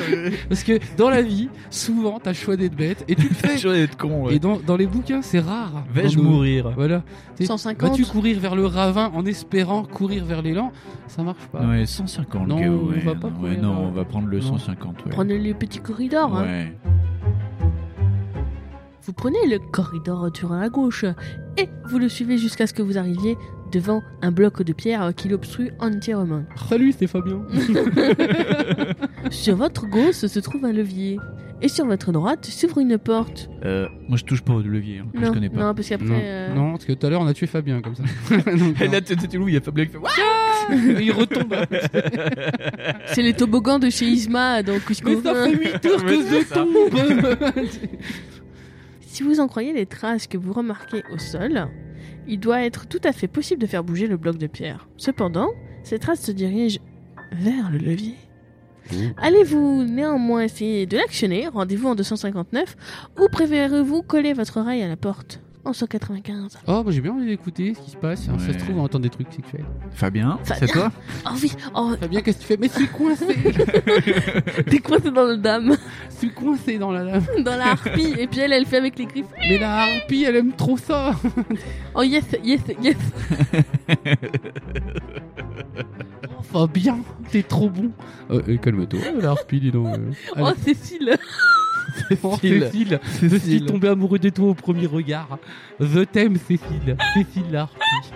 Speaker 3: Parce que dans la vie, souvent t'as le choix d'être bête et tu le [LAUGHS] fais.
Speaker 5: J'aurais d'être con. ouais.
Speaker 3: Et dans, dans les bouquins, c'est rare.
Speaker 5: Vais-je
Speaker 3: Dans nos-
Speaker 5: mourir
Speaker 3: Voilà. T'es-
Speaker 4: 150.
Speaker 3: Vas-tu courir vers le ravin en espérant courir vers l'élan Ça marche pas.
Speaker 5: Ouais, 150.
Speaker 3: Non,
Speaker 5: le gars,
Speaker 3: on
Speaker 5: ouais,
Speaker 3: va pas
Speaker 5: non,
Speaker 3: courir,
Speaker 5: ouais, non,
Speaker 3: hein.
Speaker 5: on va prendre le
Speaker 3: Non.
Speaker 5: 150. Ouais.
Speaker 4: Prenez le petit corridor. hein.
Speaker 5: Ouais.
Speaker 4: Vous prenez le corridor tournant à gauche et vous le suivez jusqu'à ce que vous arriviez devant un bloc de pierre qui l'obstrue entièrement.
Speaker 3: Salut, c'était Fabien.
Speaker 4: Sur votre gauche se trouve un levier et sur votre droite s'ouvre une porte.
Speaker 5: Euh, moi je touche pas au levier, hein, que je
Speaker 4: non,
Speaker 5: connais pas.
Speaker 4: non, parce qu'après.
Speaker 3: Non,
Speaker 4: euh,
Speaker 3: non, parce que tout à l'heure on a tué Fabien comme
Speaker 5: [LAUGHS]
Speaker 3: ça. [LAUGHS] Donc,
Speaker 5: Et là t'étais où Il y a Fabien qui fait What
Speaker 3: non. il retombe. hein.
Speaker 5: [LAUGHS]
Speaker 4: C'est les toboggans de chez Isma dans Cusco.
Speaker 3: [LAUGHS] Mais ça fait 8 heures que je tombe. [LAUGHS]
Speaker 4: Si vous en croyez les traces que vous remarquez au sol, il doit être tout à fait possible de faire bouger le bloc de pierre. Cependant, ces traces se dirigent vers le levier.
Speaker 5: Mmh.
Speaker 4: Allez-vous néanmoins essayer de l'actionner, rendez-vous en 259, ou préférez-vous coller votre oreille à la porte en 195
Speaker 3: oh, bah, j'ai bien envie d'écouter ce qui se passe. hein. Ça
Speaker 5: Ouais.
Speaker 3: se trouve, on entend des trucs sexuels.
Speaker 5: Fabien,
Speaker 4: Fabien.
Speaker 5: c'est toi
Speaker 3: Ah
Speaker 4: Oh oui,
Speaker 3: [LAUGHS]
Speaker 4: oh,
Speaker 3: Fabien, qu'est-ce que tu fais Mais je suis coincé.
Speaker 4: t'es coincé dans le dame,
Speaker 3: je suis coincé dans la lave.
Speaker 4: [LAUGHS] dans la harpie, et puis elle, elle fait avec les griffes.
Speaker 3: Mais la harpie, elle aime trop ça.
Speaker 4: Oh yes, yes, yes.
Speaker 3: Oh, Fabien, t'es trop bon. Euh, euh, Calme-toi, la harpie, dis donc. euh.
Speaker 4: Oh
Speaker 3: Allez.
Speaker 4: Cécile.
Speaker 3: Oh,
Speaker 5: Cécile.
Speaker 3: Cécile, je suis tombé amoureux de toi au premier regard. Je t'aime, Cécile. Cécile la harpie.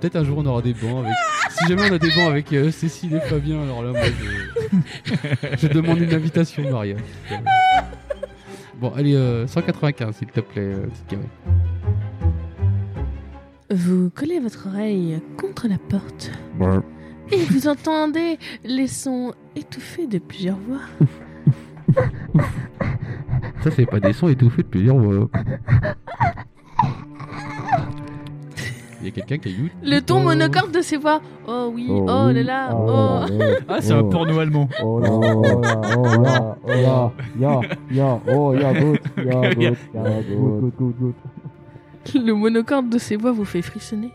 Speaker 3: Peut-être un jour on aura des bancs avec. Si jamais on a des bancs avec euh, Cécile et Fabien, alors là, moi, je, je demande une invitation de mariage. Bon, allez, euh, 195, s'il te plaît, euh, petite gamelle.
Speaker 4: Vous collez votre oreille contre la porte et vous entendez les sons étouffés de plusieurs voix.
Speaker 3: Ça, c'est pas des sons étouffés de plusieurs voix. Il y a quelqu'un qui a eu.
Speaker 4: Le ton monocorde de ces voix. Oh oui, oh, là là, oh.
Speaker 5: Ah, c'est un porno allemand.
Speaker 8: Oh là, oh là, oh là, oh là, ya, ya, oh ya, good, ya, good, ya, good, good, good, good.
Speaker 4: Le monocorde de ces voix vous fait frissonner.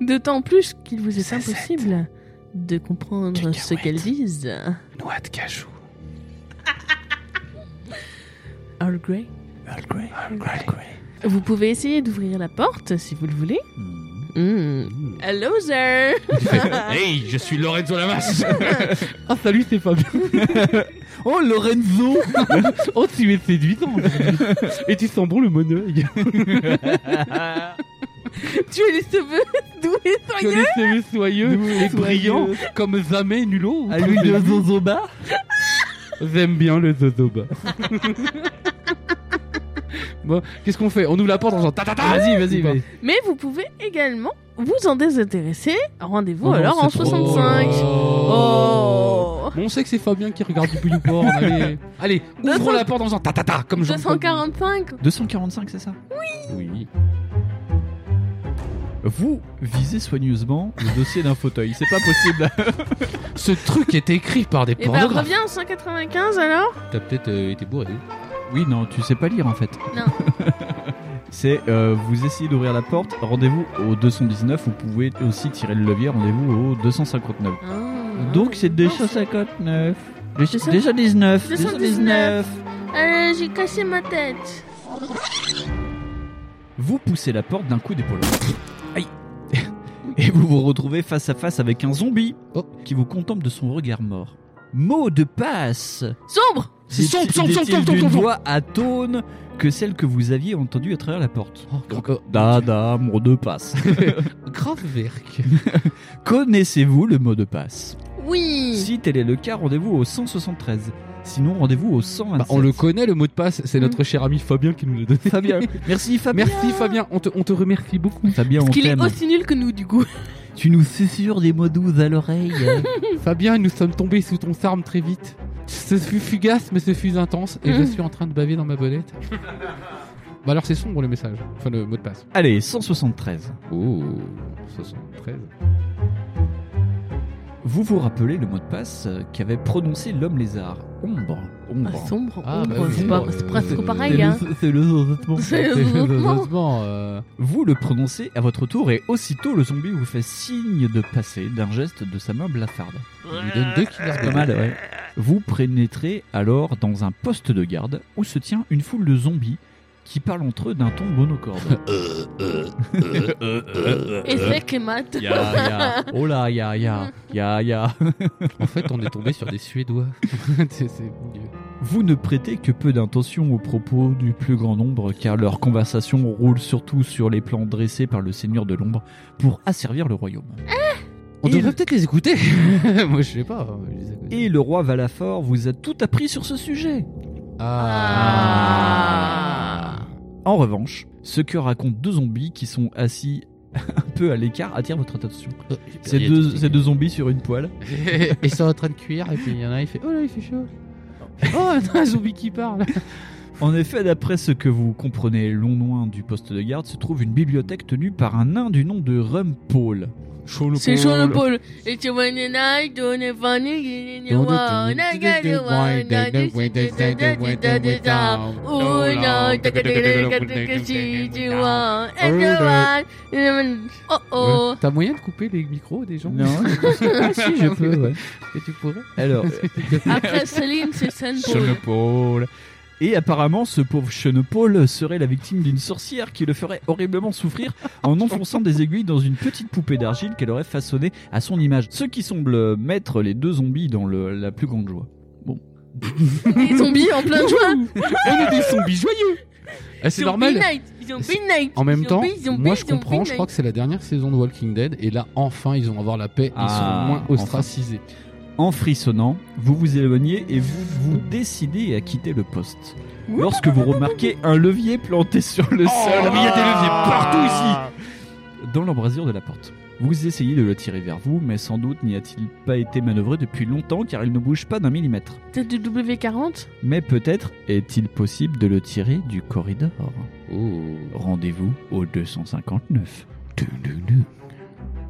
Speaker 4: D'autant plus qu'il vous est
Speaker 3: Cessette.
Speaker 4: impossible de comprendre ce
Speaker 3: Cacahuète.
Speaker 4: qu'elles disent.
Speaker 3: Noix de cajou.
Speaker 4: Earl Grey.
Speaker 5: Earl Grey.
Speaker 4: Vous pouvez essayer d'ouvrir la porte si vous le voulez.
Speaker 5: Hmm.
Speaker 4: Mm. A loser
Speaker 3: hey, je suis Lorenzo Lamas. [LAUGHS] Ah, salut, c'est Fabien.
Speaker 5: [LAUGHS] Oh, Lorenzo
Speaker 3: [LAUGHS] Oh, tu es séduisant.
Speaker 5: [LAUGHS]
Speaker 3: Et tu sens bon le [LAUGHS] monoeil.
Speaker 4: Tu as les cheveux doux et
Speaker 3: Que
Speaker 4: soyeux
Speaker 3: les cheveux soyeux et brillants comme jamais nul autre.
Speaker 5: À l'huile de zozoba
Speaker 3: J'aime bien le [LAUGHS] zozoba. bon, qu'est-ce qu'on fait On ouvre la porte en faisant ta ta ta
Speaker 5: Vas-y, vas-y, vas-y.
Speaker 4: Mais vous pouvez également vous en désintéresser. Rendez-vous
Speaker 3: Oh non,
Speaker 4: alors en
Speaker 3: c'est trop- Oh
Speaker 4: 65.
Speaker 3: là là.
Speaker 4: Oh
Speaker 3: Bon, on sait que c'est Fabien qui regarde du bouillou porn. Allez, allez ouvrons
Speaker 4: 200
Speaker 3: la porte en faisant ta ta ta comme Jean.
Speaker 4: 245
Speaker 5: 245, c'est ça
Speaker 3: Oui.
Speaker 5: Vous visez soigneusement le dossier d'un fauteuil. C'est pas possible.
Speaker 3: Ce truc est écrit par des
Speaker 4: Et bah
Speaker 3: pornographes.
Speaker 4: reviens en 195 alors
Speaker 3: T'as peut-être euh, été bourré.
Speaker 5: Oui, non, tu sais pas lire en fait.
Speaker 4: Non.
Speaker 5: [LAUGHS] C'est euh, vous essayez d'ouvrir la porte, rendez-vous au 219, vous pouvez aussi tirer le levier, rendez-vous au 259. Ah.
Speaker 4: Ah.
Speaker 5: Donc c'est 259.
Speaker 4: ça.
Speaker 5: 219.
Speaker 4: 219. Euh, j'ai cassé ma tête.
Speaker 5: Vous poussez la porte d'un coup d'épaule. Aïe. [LAUGHS] Et vous vous retrouvez face à face avec un zombie
Speaker 3: Oh.
Speaker 5: qui vous contemple de son regard mort. Mot de passe
Speaker 4: Sombre
Speaker 3: C'est
Speaker 5: Dit-
Speaker 3: sombre, sombre,
Speaker 5: dit-il
Speaker 3: sombre, sombre,
Speaker 5: d'une
Speaker 3: sombre.
Speaker 5: voix atone que celle que vous aviez entendue à travers la porte.
Speaker 3: Donc,
Speaker 5: Dada, mot de passe. [LAUGHS]
Speaker 3: grave verk.
Speaker 5: Connaissez-vous le mot de passe
Speaker 4: Oui
Speaker 5: Si tel est le cas, rendez-vous au 173. Sinon, rendez-vous au 127.
Speaker 3: Bah, on le connaît le mot de passe, c'est notre cher ami Hmm. Fabien qui nous l'a donné.
Speaker 5: [LAUGHS] Fabien. Merci Fabien.
Speaker 3: Merci Fabien, on te, on te remercie beaucoup.
Speaker 5: Fabien, on
Speaker 4: Parce qu'il est
Speaker 5: t'aime.
Speaker 4: aussi nul que nous du coup.
Speaker 5: Tu nous susurres des mots doux à l'oreille.
Speaker 3: Fabien, nous sommes tombés sous ton charme très vite. Ce fut fugace, mais ce fut intense, et je suis en train de baver dans ma belette. bah alors c'est sombre le message, enfin le mot de passe.
Speaker 5: [LAUGHS] Allez, 173.
Speaker 3: Oh, 73.
Speaker 5: Vous vous rappelez le mot de passe euh, qu'avait prononcé l'homme lézard Ombre. Ombre.
Speaker 4: sombre,
Speaker 3: Ah,
Speaker 4: ombre,
Speaker 3: bah oui,
Speaker 4: c'est pas-
Speaker 3: sombre,
Speaker 4: c'est
Speaker 3: euh,
Speaker 4: presque
Speaker 3: euh,
Speaker 4: pareil hein.
Speaker 5: C'est le zozotement.
Speaker 4: [LAUGHS] C'est le mouvement.
Speaker 3: [LAUGHS] Heureusement, euh,
Speaker 5: Vous le prononcez à votre tour et aussitôt le zombie vous fait signe de passer d'un geste de sa main blafarde.
Speaker 3: il donne deux killers de
Speaker 5: Pas mal, ouais. Vous pénétrez alors dans un poste de garde où se tient une foule de zombies qui parlent entre eux d'un ton [LAUGHS] monocorde.
Speaker 4: Et sec et mat.
Speaker 5: Ya, ya. Oh là, ya, ya, ya, ya.
Speaker 3: En fait, on est tombé sur des [LAUGHS] Suédois. c'est c'est mon dieu.
Speaker 5: Vous ne prêtez que peu d'attention aux propos du plus grand nombre car leur conversation roule surtout sur les plans dressés par le seigneur de l'ombre pour asservir le royaume.
Speaker 3: On
Speaker 5: Et
Speaker 3: devrait
Speaker 5: le-
Speaker 3: peut-être les écouter. [LAUGHS] Moi, je sais pas. hein, je les écoute.
Speaker 5: Et le roi Valafort vous a tout appris sur ce sujet.
Speaker 4: Ah.
Speaker 5: En revanche, ce que racontent deux zombies qui sont assis [LAUGHS] un peu à l'écart attire votre attention.
Speaker 3: Oh,
Speaker 5: Ces
Speaker 3: j'ai
Speaker 5: deux,
Speaker 3: perdu
Speaker 5: ces deux zombies sur une poêle.
Speaker 3: [LAUGHS] Et Ils sont en train de cuire et puis il y en a un il fait oh là il fait chaud. Oh un zombie qui parle.
Speaker 5: En effet, d'après ce que vous comprenez, long loin du poste de garde se trouve une bibliothèque tenue par un nain du nom de Rumpole.
Speaker 4: C'est chaud le pôle. Et tu vois une naille, donne et vanille, il y a une wa- on a gagné wa- on a des- des- des- des- des- des- des- des- des- Oh là, tac- tac- tac- tac- tac- tac- tac- si tu vois, et tu vois, hum, oh, oh.
Speaker 3: T'as moyen de couper les micros des gens
Speaker 4: [LAUGHS]
Speaker 3: [LAUGHS]
Speaker 5: Ah, [LAUGHS] si, je peux, ouais.
Speaker 3: Et tu pourrais
Speaker 5: Alors,
Speaker 4: Oh, Après Céline, c'est
Speaker 3: [LAUGHS]
Speaker 4: Seine Paul.
Speaker 5: Chenepole. Et apparemment, ce pauvre Chenepole serait la victime d'une sorcière qui le ferait horriblement souffrir en enfonçant des aiguilles dans une petite poupée d'argile qu'elle aurait façonnée à son image. Ce qui semble mettre les deux zombies dans le- la plus grande joie.
Speaker 4: Les
Speaker 3: [LAUGHS]
Speaker 4: zombies en plein joie.
Speaker 3: On est des zombies joyeux. Ah, c'est
Speaker 4: Zombie
Speaker 3: normal.
Speaker 4: night, zombie night,
Speaker 3: En même
Speaker 4: zombie,
Speaker 3: temps,
Speaker 4: zombie,
Speaker 3: moi je
Speaker 4: zombie
Speaker 3: comprends, je
Speaker 4: night.
Speaker 3: crois que c'est la dernière saison de Walking Dead et là enfin ils vont avoir la paix, ils
Speaker 5: Ah,
Speaker 3: sont moins
Speaker 5: enfin.
Speaker 3: ostracisés.
Speaker 5: En frissonnant, vous vous éloignez et vous vous décidez à quitter le poste. Lorsque vous remarquez un levier planté sur le sol, Ah,
Speaker 9: mais il y a des leviers partout
Speaker 5: ici Dans l'embrasure de la porte. Vous essayez de le tirer vers vous, mais sans doute n'y a-t-il pas été manœuvré depuis longtemps car il ne bouge pas d'un millimètre.
Speaker 4: Peut-être du W40
Speaker 5: Mais peut-être est-il possible de le tirer du corridor. Oh. Rendez-vous au 259.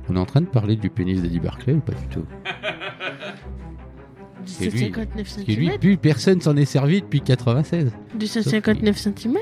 Speaker 3: On est en train de parler du pénis d'Eddie Barclay ou pas du tout
Speaker 4: Du
Speaker 3: Et lui,
Speaker 4: 159
Speaker 3: Parce que lui,
Speaker 4: cm
Speaker 3: plus personne s'en est servi depuis 96.
Speaker 4: Du 159 cm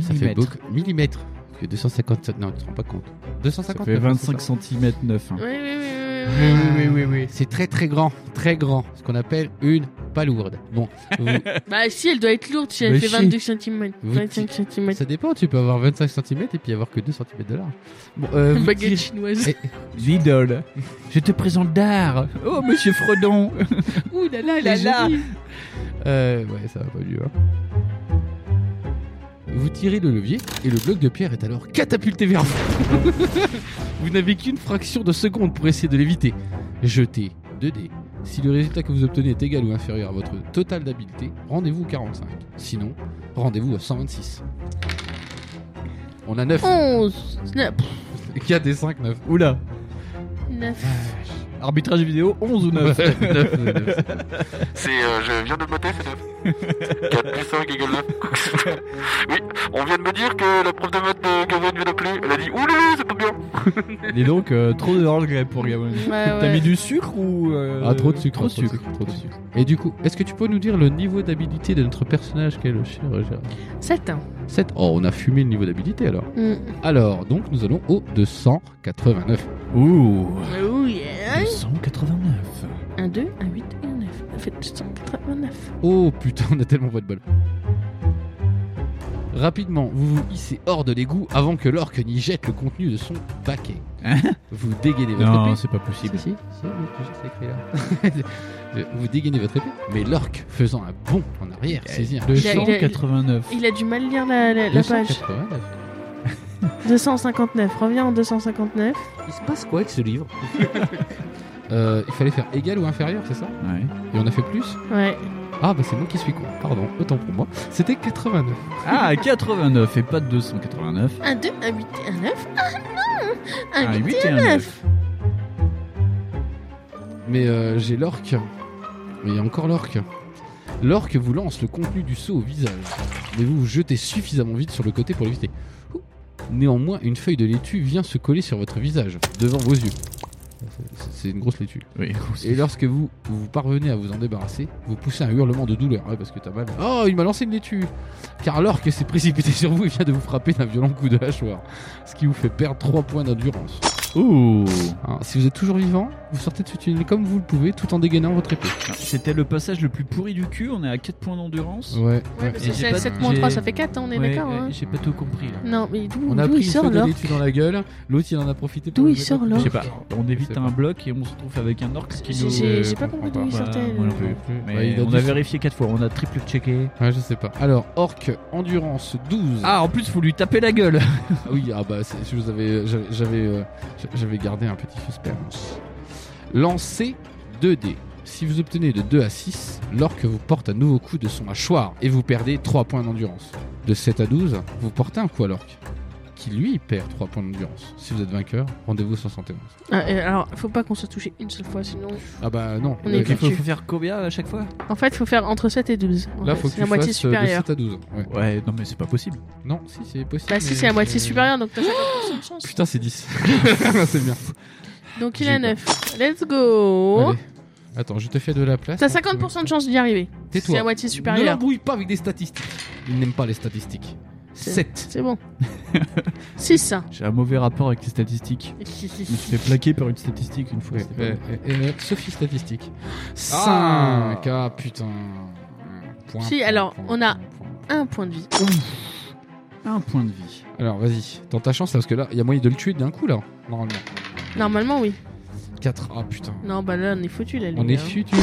Speaker 3: Ça fait beaucoup. Millimètre. que 257. Non, tu te rends pas compte. 250
Speaker 5: Ça fait 25 cm 9.
Speaker 4: Oui, oui, oui, oui,
Speaker 3: Oui,
Speaker 4: oui,
Speaker 3: oui, oui, oui, oui. C'est très très grand, très grand. Ce qu'on appelle une palourde. Bon, vous-
Speaker 4: oui. Bah si, elle doit être lourde si elle
Speaker 5: Mais
Speaker 4: fait
Speaker 5: si.
Speaker 4: 22 cm.
Speaker 3: Vous
Speaker 4: 25 cm.
Speaker 3: ça dépend, tu peux avoir 25 cm et puis avoir que 2 cm de large. Bon, euh, vous
Speaker 4: [LAUGHS] Baguette
Speaker 3: tirez-
Speaker 5: [LAUGHS]
Speaker 4: chinoise.
Speaker 3: Eh,
Speaker 5: L'idole. Je te présente Dard. Oh, monsieur Fredon.
Speaker 4: Ouh là là, elle
Speaker 5: là
Speaker 4: est
Speaker 5: là.
Speaker 4: jolie.
Speaker 3: Euh, ouais, ça va pas mieux. hein. Vous tirez le levier et le bloc de pierre est alors catapulté vers vous. [LAUGHS] vous n'avez qu'une fraction de seconde pour essayer de l'éviter. Jetez 2 dés. Si le résultat que vous obtenez est égal ou inférieur à votre total d'habileté, rendez-vous au 45. Sinon, rendez-vous à 126. On a 9.
Speaker 4: Oh. 11, 9,
Speaker 3: 4 des 5, 9.
Speaker 5: Oula. [LAUGHS]
Speaker 4: 9.
Speaker 5: Arbitrage vidéo 11
Speaker 3: [LAUGHS]
Speaker 5: ou [LAUGHS] 9
Speaker 10: C'est, euh, je viens de me noter, c'est 9. 4 plus 5 égale 9. [LAUGHS] oui, on vient de me dire que la prof de maths de Gavin vient d'appeler. Elle a dit Oulou, c'est pas bien.
Speaker 5: Il est donc euh, trop de regret pour Gawain.
Speaker 4: Ouais,
Speaker 5: T'as
Speaker 4: ouais.
Speaker 5: mis du sucre ou. euh,
Speaker 3: Ah, trop de sucre,
Speaker 5: Trop de sucre.
Speaker 3: trop de sucre. Et du coup, est-ce que tu peux nous dire le niveau d'habilité de notre personnage qu'est le cher Gérard
Speaker 4: 7 ans.
Speaker 3: 7. Oh, on a fumé le niveau d'habilité alors.
Speaker 4: Mm.
Speaker 3: Alors, donc nous allons au 289.
Speaker 5: Ouh.
Speaker 4: Oh yeah.
Speaker 5: 289.
Speaker 4: Un 2, un 8 et un 9. Ça fait 289.
Speaker 3: Oh putain, [LAUGHS] on a tellement pas de bol. Rapidement, vous vous hissez hors de l'égout avant que l'orque n'y jette le contenu de son paquet.
Speaker 5: Hein
Speaker 3: vous dégainez votre
Speaker 5: Non,
Speaker 3: épée.
Speaker 5: c'est pas
Speaker 3: Si,
Speaker 5: possible.
Speaker 3: si, si, c'est [LAUGHS] écrit là. vous dégainez votre épée, mais l'orque faisant un bond en arrière, saisit un
Speaker 4: Il a- il a-
Speaker 5: 289.
Speaker 4: Il a du mal à lire la, la, la page.
Speaker 3: 289.
Speaker 4: 259, reviens en 259.
Speaker 3: Il se passe quoi avec ce livre [LAUGHS] Euh, Il fallait faire égal ou inférieur, c'est ça
Speaker 5: Ouais.
Speaker 3: Et on a fait plus
Speaker 4: Ouais.
Speaker 3: Ah bah c'est moi qui suis con, pardon, autant pour moi. C'était 89.
Speaker 5: Ah, 89 et pas 289.
Speaker 4: Un 2, un 8 et un 9. Ah non Un
Speaker 5: Ah,
Speaker 4: 8,
Speaker 5: 8
Speaker 4: et un 9.
Speaker 3: Mais euh, j'ai l'orque. Mais il y a encore l'orque. L'orque vous lance le contenu du seau au visage. Mais vous vous jetez suffisamment vite sur le côté pour l'éviter. Ouh. Néanmoins, une feuille de laitue vient se coller sur votre visage, devant vos yeux. C'est- C'est une grosse laitue.
Speaker 5: Oui,
Speaker 3: Et lorsque vous, vous parvenez à vous en débarrasser, vous poussez un hurlement de douleur, ouais, parce que t'as mal. Oh, il m'a lancé une laitue Car l'orque s'est précipité sur vous et vient de vous frapper d'un violent coup de hachoir, ce qui vous fait perdre 3 points d'endurance.
Speaker 5: Ouh.
Speaker 3: Hein, si vous êtes toujours vivant, vous sortez de ce tunnel comme vous le pouvez tout en dégainant votre épée.
Speaker 5: Ah, C'était le passage le plus pourri du cul, on est à 4 points d'endurance.
Speaker 3: Ouais,
Speaker 4: Ouais, parce
Speaker 5: Et
Speaker 4: que
Speaker 5: j'ai pas-
Speaker 4: 7 moins 3,
Speaker 5: j'ai-
Speaker 4: ça fait 4, on est
Speaker 5: Ouais,
Speaker 4: d'accord.
Speaker 5: ouais,
Speaker 4: hein.
Speaker 5: J'ai pas tout compris là.
Speaker 4: Non, mais d'où
Speaker 3: On a
Speaker 4: d'où
Speaker 3: pris
Speaker 4: il
Speaker 3: une
Speaker 4: sort
Speaker 3: feuille de
Speaker 4: l'or
Speaker 3: laitue dans la gueule, l'autre il en a profité
Speaker 4: D'où
Speaker 3: pour. le
Speaker 4: il
Speaker 3: mettre
Speaker 4: sort
Speaker 3: dans-
Speaker 4: l'or
Speaker 5: Je sais pas, on évite
Speaker 3: C'est
Speaker 5: un
Speaker 3: pas-
Speaker 5: bloc et on se retrouve avec un orc qui
Speaker 4: J'ai-
Speaker 5: nous.
Speaker 4: j'ai- j'ai
Speaker 3: euh,
Speaker 4: pas compris d'où il
Speaker 3: comprends
Speaker 5: pas.
Speaker 4: sortait.
Speaker 5: Moi non plus.
Speaker 4: le-
Speaker 5: Mais
Speaker 3: Ouais, il a
Speaker 5: on
Speaker 3: dû-
Speaker 5: a vérifié 4 fois, on a triple checké.
Speaker 3: Ouais, je sais pas. Alors, orc, endurance 12.
Speaker 5: Ah, en plus, faut lui taper la gueule.
Speaker 3: Ah oui, ah bah c'est- je vous avais, j'avais, j'avais, euh, j'avais gardé un petit suspense. Lancez 2D. Si vous obtenez de 2 à 6, l'orque vous porte un nouveau coup de son mâchoire et vous perdez 3 points d'endurance. De 7 à 12, vous portez un coup à l'orque, qui lui perd 3 points d'endurance. Si vous êtes vainqueur, rendez-vous 71.
Speaker 4: Ah, et alors, faut pas qu'on soit touché une seule fois, sinon.
Speaker 3: Ah bah non,
Speaker 4: On
Speaker 3: là,
Speaker 4: est
Speaker 5: Donc il faut,
Speaker 4: foutu.
Speaker 5: faut faire combien à chaque fois
Speaker 4: En fait, faut faire entre 7 et 12. en
Speaker 3: là
Speaker 4: fait.
Speaker 3: faut
Speaker 4: c'est
Speaker 3: que tu
Speaker 4: la moitié
Speaker 3: fasses, euh,
Speaker 4: supérieure.
Speaker 3: De 7 à 12. ouais.
Speaker 5: Ouais, non, mais c'est pas possible.
Speaker 3: Non, si c'est possible.
Speaker 4: Bah, si,
Speaker 3: mais-
Speaker 4: c'est la moitié
Speaker 3: mais-
Speaker 4: supérieure, donc t'as 50% de chance.
Speaker 3: Putain,
Speaker 4: [LAUGHS]
Speaker 3: c'est 10. [LAUGHS] c'est bien.
Speaker 4: Donc il
Speaker 3: j'ai
Speaker 4: a
Speaker 3: peur.
Speaker 4: 9. Let's go
Speaker 3: Allez. Attends, je te fais de la place.
Speaker 4: Oh.
Speaker 3: hein,
Speaker 4: T'as 50% de chance d'y arriver. C'est
Speaker 3: Tais-toi.
Speaker 4: la moitié
Speaker 3: Ne
Speaker 4: supérieure.
Speaker 3: l'embrouille pas avec des statistiques. Il n'aime pas les statistiques.
Speaker 4: C'est-
Speaker 3: 7. [LAUGHS]
Speaker 4: C'est bon. 6.
Speaker 5: J'ai un mauvais rapport avec les statistiques. Je me suis fait plaquer par une statistique une fois. c'était pas bon.
Speaker 3: Sophie statistique. 5.
Speaker 5: Ah.
Speaker 3: Ah putain. Point,
Speaker 4: Si,
Speaker 3: point,
Speaker 4: alors,
Speaker 3: point,
Speaker 4: on a-
Speaker 3: point.
Speaker 4: Un point de vie.
Speaker 5: Un point de vie.
Speaker 3: Alors vas-y, tente ta chance là, parce que là, il y a moyen de le tuer d'un coup là, normalement.
Speaker 4: Normalement, oui.
Speaker 3: 4. Ah putain.
Speaker 4: Non, bah là, on est foutu, là, les
Speaker 3: On est
Speaker 4: gars.
Speaker 3: foutu.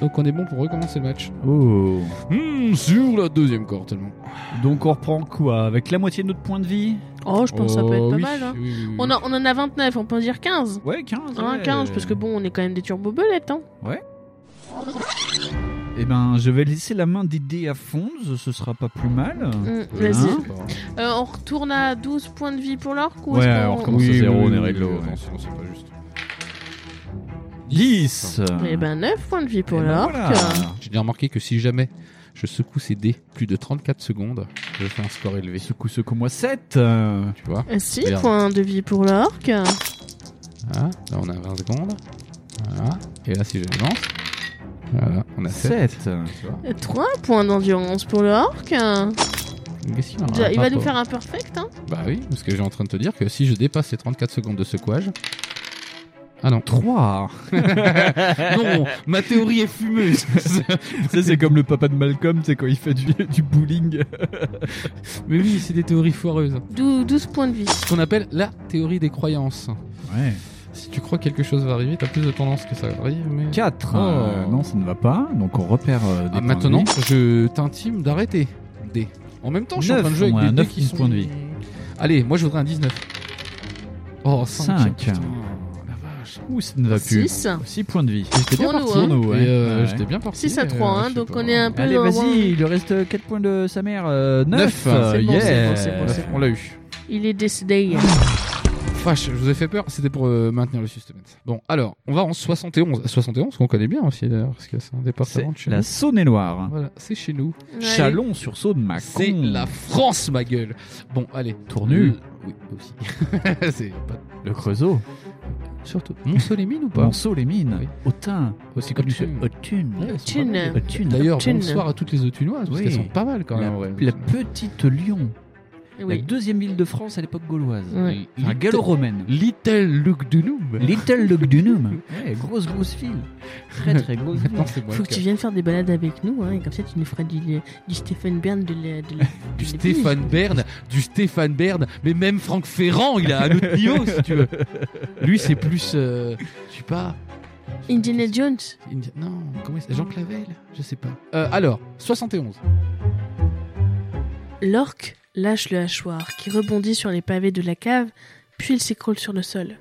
Speaker 3: Donc on est bon pour recommencer le match.
Speaker 5: Oh.
Speaker 3: Hmm, sur la deuxième corde seulement.
Speaker 5: Donc on reprend quoi Avec la moitié de notre point de vie
Speaker 4: Oh, je pense que ça peut être pas mal. Hein.
Speaker 3: oui, oui.
Speaker 4: On, en- on en a 29, on peut en dire 15.
Speaker 5: Ouais, 15.
Speaker 4: Hein, 15, parce que bon, on est quand même des turbobelettes. Hein.
Speaker 5: Eh ben, je vais laisser la main d'aider à Fonz, ce sera pas plus mal.
Speaker 4: Hum,
Speaker 5: Hein
Speaker 4: vas-y. Euh, on retourne à 12 points de vie pour l'orque ou
Speaker 5: Ouais,
Speaker 4: est-ce qu'on-
Speaker 5: on
Speaker 3: Hein
Speaker 5: recommence. à zéro, on est réglo, ouais.
Speaker 3: Attends, sinon, c'est pas juste.
Speaker 5: 10
Speaker 4: Eh ben 9 points de vie pour
Speaker 5: Ah. Eh ben,
Speaker 4: l'orque.
Speaker 5: voilà.
Speaker 3: J'ai bien remarqué que si jamais je secoue ces dés plus de 34 secondes, je fais un score élevé.
Speaker 5: Secoue, secoue, moi 7
Speaker 3: Tu vois
Speaker 4: Euh, 6
Speaker 3: Merde.
Speaker 4: points de vie pour l'orque. Euh,
Speaker 3: Hein Voilà. Là, on a 20 secondes. Voilà. Et là, si je lance. Voilà, on a 7.
Speaker 5: 7.
Speaker 4: 3 points d'endurance pour le orc.
Speaker 5: Ah,
Speaker 3: Question, alors,
Speaker 4: Déjà, il va
Speaker 3: rapport.
Speaker 4: nous faire un perfect, hein
Speaker 3: Bah oui, parce que j'ai en train de te dire que si je dépasse ces 34 secondes de secouage. Ah non.
Speaker 5: 3.
Speaker 3: Non, ma théorie est fumeuse.
Speaker 5: [LAUGHS] Ça, c'est comme le papa de Malcolm, c'est quand il fait du, du bowling.
Speaker 3: Mais oui, c'est des théories foireuses.
Speaker 4: Dou- 12 points de vie.
Speaker 3: Ce qu'on appelle la théorie des croyances.
Speaker 5: Ouais.
Speaker 3: Si tu crois que quelque chose va arriver, t'as plus de tendance que ça arrive, mais...
Speaker 5: 4.
Speaker 3: Oh.
Speaker 5: Euh, non, ça ne va pas. Donc, on repère euh, des
Speaker 3: Ah,
Speaker 5: points de
Speaker 3: maintenant,
Speaker 5: vie.
Speaker 3: je t'intime d'arrêter. D. En même temps, je suis en
Speaker 5: Neuf,
Speaker 3: train de jouer
Speaker 5: au
Speaker 3: avec
Speaker 5: moins,
Speaker 3: des
Speaker 5: neuf
Speaker 3: dés qui sont...
Speaker 5: points de vie.
Speaker 3: Allez, moi je voudrais un 19. Oh, 5.
Speaker 5: Cinq.
Speaker 3: la vache.
Speaker 5: Ouh, ça ne va plus.
Speaker 4: 6.
Speaker 5: 6 points de vie.
Speaker 3: J'étais bien
Speaker 4: Pour nous,
Speaker 3: parti.
Speaker 4: hein.
Speaker 5: Pour nous, ouais.
Speaker 3: Et, euh,
Speaker 5: Ouais.
Speaker 3: J'étais bien parti.
Speaker 5: Eh,
Speaker 4: 6 à 3,
Speaker 3: euh,
Speaker 4: hein,
Speaker 3: je sais
Speaker 4: donc
Speaker 3: pas.
Speaker 4: on est un peu
Speaker 5: Allez,
Speaker 4: dans-
Speaker 5: vas-y, il lui reste 4 points de sa mère. 9.
Speaker 3: Neuf, euh,
Speaker 4: bon,
Speaker 3: yeah.
Speaker 4: c'est bon, c'est bon,
Speaker 3: On l'a eu.
Speaker 4: Il est décédé.
Speaker 5: Ah,
Speaker 3: Vache, je vous ai fait peur, c'était pour euh, maintenir le suspense. Bon, alors, on va en 71. 71, qu'on connaît bien aussi d'ailleurs, parce que c'est un
Speaker 5: C'est
Speaker 3: département de chez
Speaker 5: la
Speaker 3: nous.
Speaker 5: Saône-et-Loire.
Speaker 3: Voilà, c'est chez nous.
Speaker 4: Ouais.
Speaker 5: Chalon-sur-Saône, Macon.
Speaker 3: C'est la France, ma gueule. Bon, allez. Euh,
Speaker 5: Tournu.
Speaker 3: Oui, aussi. [LAUGHS] c'est pas...
Speaker 5: Le Creusot.
Speaker 3: Surtout. Montsolémine ou pas
Speaker 5: Monceau, les mines.
Speaker 3: Oui. Oh,
Speaker 5: Autun. Aussi connu que
Speaker 3: Autun.
Speaker 5: Autun.
Speaker 3: Ouais, c'est
Speaker 4: Thune.
Speaker 3: pas mal.
Speaker 5: Autun.
Speaker 3: D'ailleurs,
Speaker 4: Thune.
Speaker 3: bonsoir à toutes les autunoises, parce
Speaker 5: Oui.
Speaker 3: qu'elles sont pas mal quand même.
Speaker 5: la,
Speaker 3: ouais.
Speaker 5: la petite Lyon. La
Speaker 4: Oui.
Speaker 5: deuxième ville de France à l'époque gauloise.
Speaker 4: Ouais.
Speaker 5: Enfin, gallo-romaine.
Speaker 3: Little Luke Dunum.
Speaker 5: Little Lugdunum. Ouais, grosse, grosse ville. Très, très
Speaker 3: [LAUGHS]
Speaker 5: grosse ville.
Speaker 3: Maintenant, c'est moi
Speaker 4: Faut
Speaker 3: le
Speaker 4: que tu viennes faire des balades avec nous, hein, et comme ça tu nous feras du, du Stephen Bern de la. de la-
Speaker 3: Du
Speaker 4: de la-
Speaker 3: Stéphane Bern, du Stéphane Bern, mais même Franck Ferrand, il a un autre niveau si tu veux. Lui, c'est plus, euh, je sais pas.
Speaker 4: Indiana Jones.
Speaker 3: Indi- Non, comment il s'appelle Jean Clavel Je sais pas. Euh, alors, 71.
Speaker 4: L'orque lâche le hachoir qui rebondit sur les pavés de la cave, puis il s'écroule sur le sol.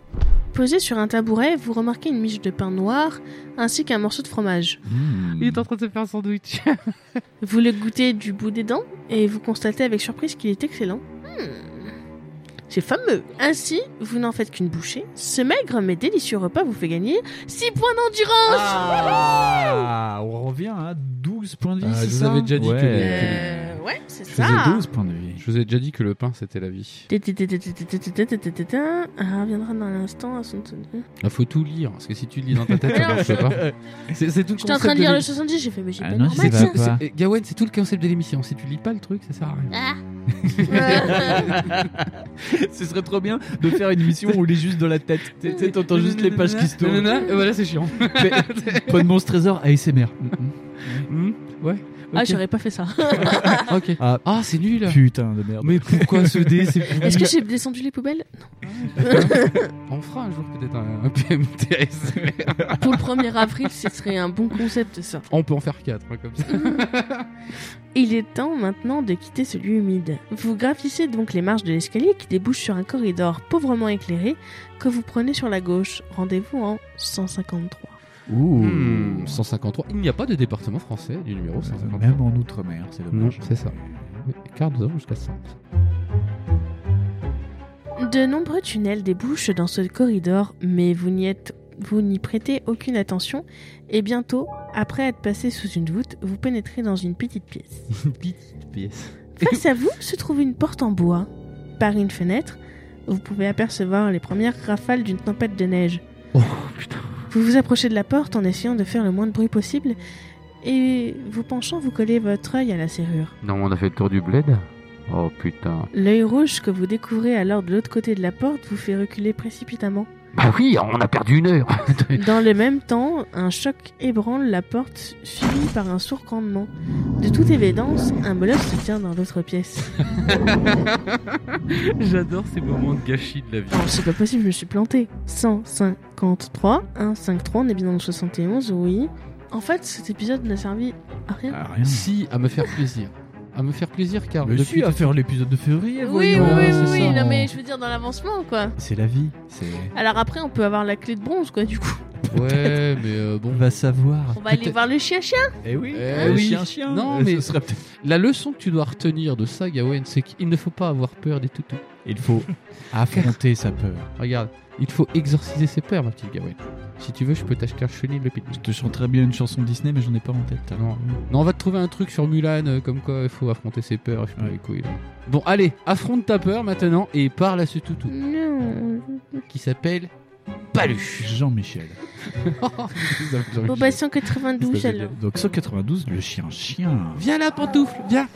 Speaker 4: Posé sur un tabouret, vous remarquez une miche de pain noir ainsi qu'un morceau de fromage.
Speaker 5: Hmm.
Speaker 3: en train de se faire un sandwich.
Speaker 4: Vous le goûtez du bout des dents et vous constatez avec surprise qu'il est excellent. Hmm. C'est fameux. Ainsi, vous n'en faites qu'une bouchée. Ce maigre mais délicieux repas vous fait gagner 6 points d'endurance.
Speaker 5: Ah, on revient à 12 points de vie.
Speaker 3: Ah,
Speaker 5: c'est
Speaker 3: je vous
Speaker 5: ça
Speaker 3: avais déjà dit que-
Speaker 5: Ouais.
Speaker 4: Euh, ouais, c'est
Speaker 5: Je faisais
Speaker 4: ça.
Speaker 5: 12 points de vie.
Speaker 3: Je vous ai déjà dit que le pain, c'était la vie.
Speaker 4: Tététététététététététététététététététététététététététététététététététététété. Ah, reviendra dans un instant à son
Speaker 3: Il Ah, faut tout lire, parce que si tu lis dans ta tête, ça
Speaker 4: Mais non. [LAUGHS]
Speaker 3: marche pas. C'est c'est tout le
Speaker 4: J'étais en train de lire le
Speaker 3: l'émission.
Speaker 4: 70, j'ai fait mais j'ai
Speaker 5: Ah
Speaker 4: pas
Speaker 5: non,
Speaker 4: normal
Speaker 5: c'est pas-
Speaker 4: ça.
Speaker 3: C'est- eh, Gawen, c'est tout le concept de l'émission. Si tu lis pas le truc, ça sert à rien.
Speaker 7: Ah,
Speaker 4: [LAUGHS]
Speaker 5: Ce serait trop bien de faire une émission où il est juste dans la tête. Tu sais, t'entends juste les pages qui se tournent.
Speaker 3: Nanana, euh, Voilà, c'est chiant.
Speaker 5: [LAUGHS] Pas de monstre trésor ASMR.
Speaker 3: [LAUGHS] Hmm, ouais.
Speaker 4: Ah
Speaker 3: ok.
Speaker 4: j'aurais pas fait ça.
Speaker 3: Ok.
Speaker 5: Ah.
Speaker 3: Ah, c'est nul.
Speaker 5: Putain de merde.
Speaker 3: Mais pourquoi ce dé C'est
Speaker 4: Est-ce que j'ai descendu les poubelles
Speaker 3: On fera un jour peut-être un, un PMTS.
Speaker 4: Pour le 1er avril, ce serait un bon concept ça.
Speaker 3: On peut en faire 4 comme ça.
Speaker 4: Il est temps maintenant de quitter ce lieu humide. Vous gravissez donc les marches de l'escalier qui débouche sur un corridor pauvrement éclairé que vous prenez sur la gauche. Rendez-vous en 153.
Speaker 5: Ouh.
Speaker 3: Hmm. 153. Il n'y a pas de département français du numéro 153.
Speaker 5: Même en Outre-mer, c'est
Speaker 3: Non,
Speaker 5: dommage.
Speaker 3: c'est ça. Oui, Car nous avons jusqu'à 100.
Speaker 4: De nombreux tunnels débouchent dans ce corridor, mais vous n'y êtes vous n'y prêtez aucune attention et bientôt, après être passé sous une voûte, vous pénétrez dans une petite pièce.
Speaker 3: [LAUGHS] Petite pièce.
Speaker 4: Face à vous se trouve une porte en bois. Par une fenêtre, vous pouvez apercevoir les premières rafales d'une tempête de neige.
Speaker 3: Oh,
Speaker 4: Vous vous approchez de la porte en essayant de faire le moins de bruit possible et vous penchant, vous collez votre œil à la serrure.
Speaker 10: Non, on a fait le tour du bled. Oh putain.
Speaker 4: L'œil rouge que vous découvrez alors de l'autre côté de la porte vous fait reculer précipitamment.
Speaker 10: Bah oui, on a perdu une heure.
Speaker 4: Dans le même temps, un choc ébranle la porte, suivi par un sourd grondement. De toute évidence, un moloch se tient dans l'autre pièce.
Speaker 3: J'adore ces moments de gâchis de la vie.
Speaker 4: Oh, c'est pas possible, je me suis plantée. 153, 153, on est bien dans le 71, oui. En fait, cet épisode n'a servi à rien.
Speaker 5: Ah, rien.
Speaker 3: Si, à me faire plaisir. À me faire plaisir car
Speaker 5: Mais
Speaker 3: depuis
Speaker 5: suis à faire l'épisode de février,
Speaker 4: Oui, oui,
Speaker 5: voyons.
Speaker 4: oui,
Speaker 3: c'est
Speaker 4: oui, oui,
Speaker 3: ça.
Speaker 4: non mais je veux dire dans l'avancement, quoi.
Speaker 5: C'est la vie. C'est...
Speaker 4: Alors après, on peut avoir la clé de bronze, quoi, du coup.
Speaker 3: Ouais, mais euh,
Speaker 5: On
Speaker 3: bon.
Speaker 5: va savoir.
Speaker 4: On va aller voir le chien-chien.
Speaker 5: Eh oui,
Speaker 3: Eh
Speaker 5: le
Speaker 3: oui.
Speaker 5: chien-chien.
Speaker 3: Non,
Speaker 5: Euh,
Speaker 3: mais-
Speaker 5: ce sera peut-être-
Speaker 3: La leçon que tu dois retenir de ça, Gawen, c'est qu'il ne faut pas avoir peur des toutous.
Speaker 5: Il [LAUGHS] faut affronter sa peur.
Speaker 3: Regarde, il faut exorciser ses peurs, ma petite Gawen. Si tu veux, je peux t'acheter un chenil le
Speaker 5: Je te chanterais bien une chanson Disney, mais j'en ai pas en tête.
Speaker 3: Non. Non, on va te trouver un truc sur Mulan, euh, comme quoi il faut affronter ses peurs, je sais pas
Speaker 5: Ouais.
Speaker 3: les couilles. là. Bon, allez, affronte ta peur maintenant et parle à ce toutou
Speaker 4: Non.
Speaker 3: qui s'appelle [LAUGHS] Oh, pas lu.
Speaker 5: Jean-Michel. [LAUGHS]
Speaker 4: Bon, bah 192
Speaker 5: Ça fait
Speaker 4: alors.
Speaker 5: bien. Donc 192, le chien chien.
Speaker 3: Viens là, pantoufle, viens.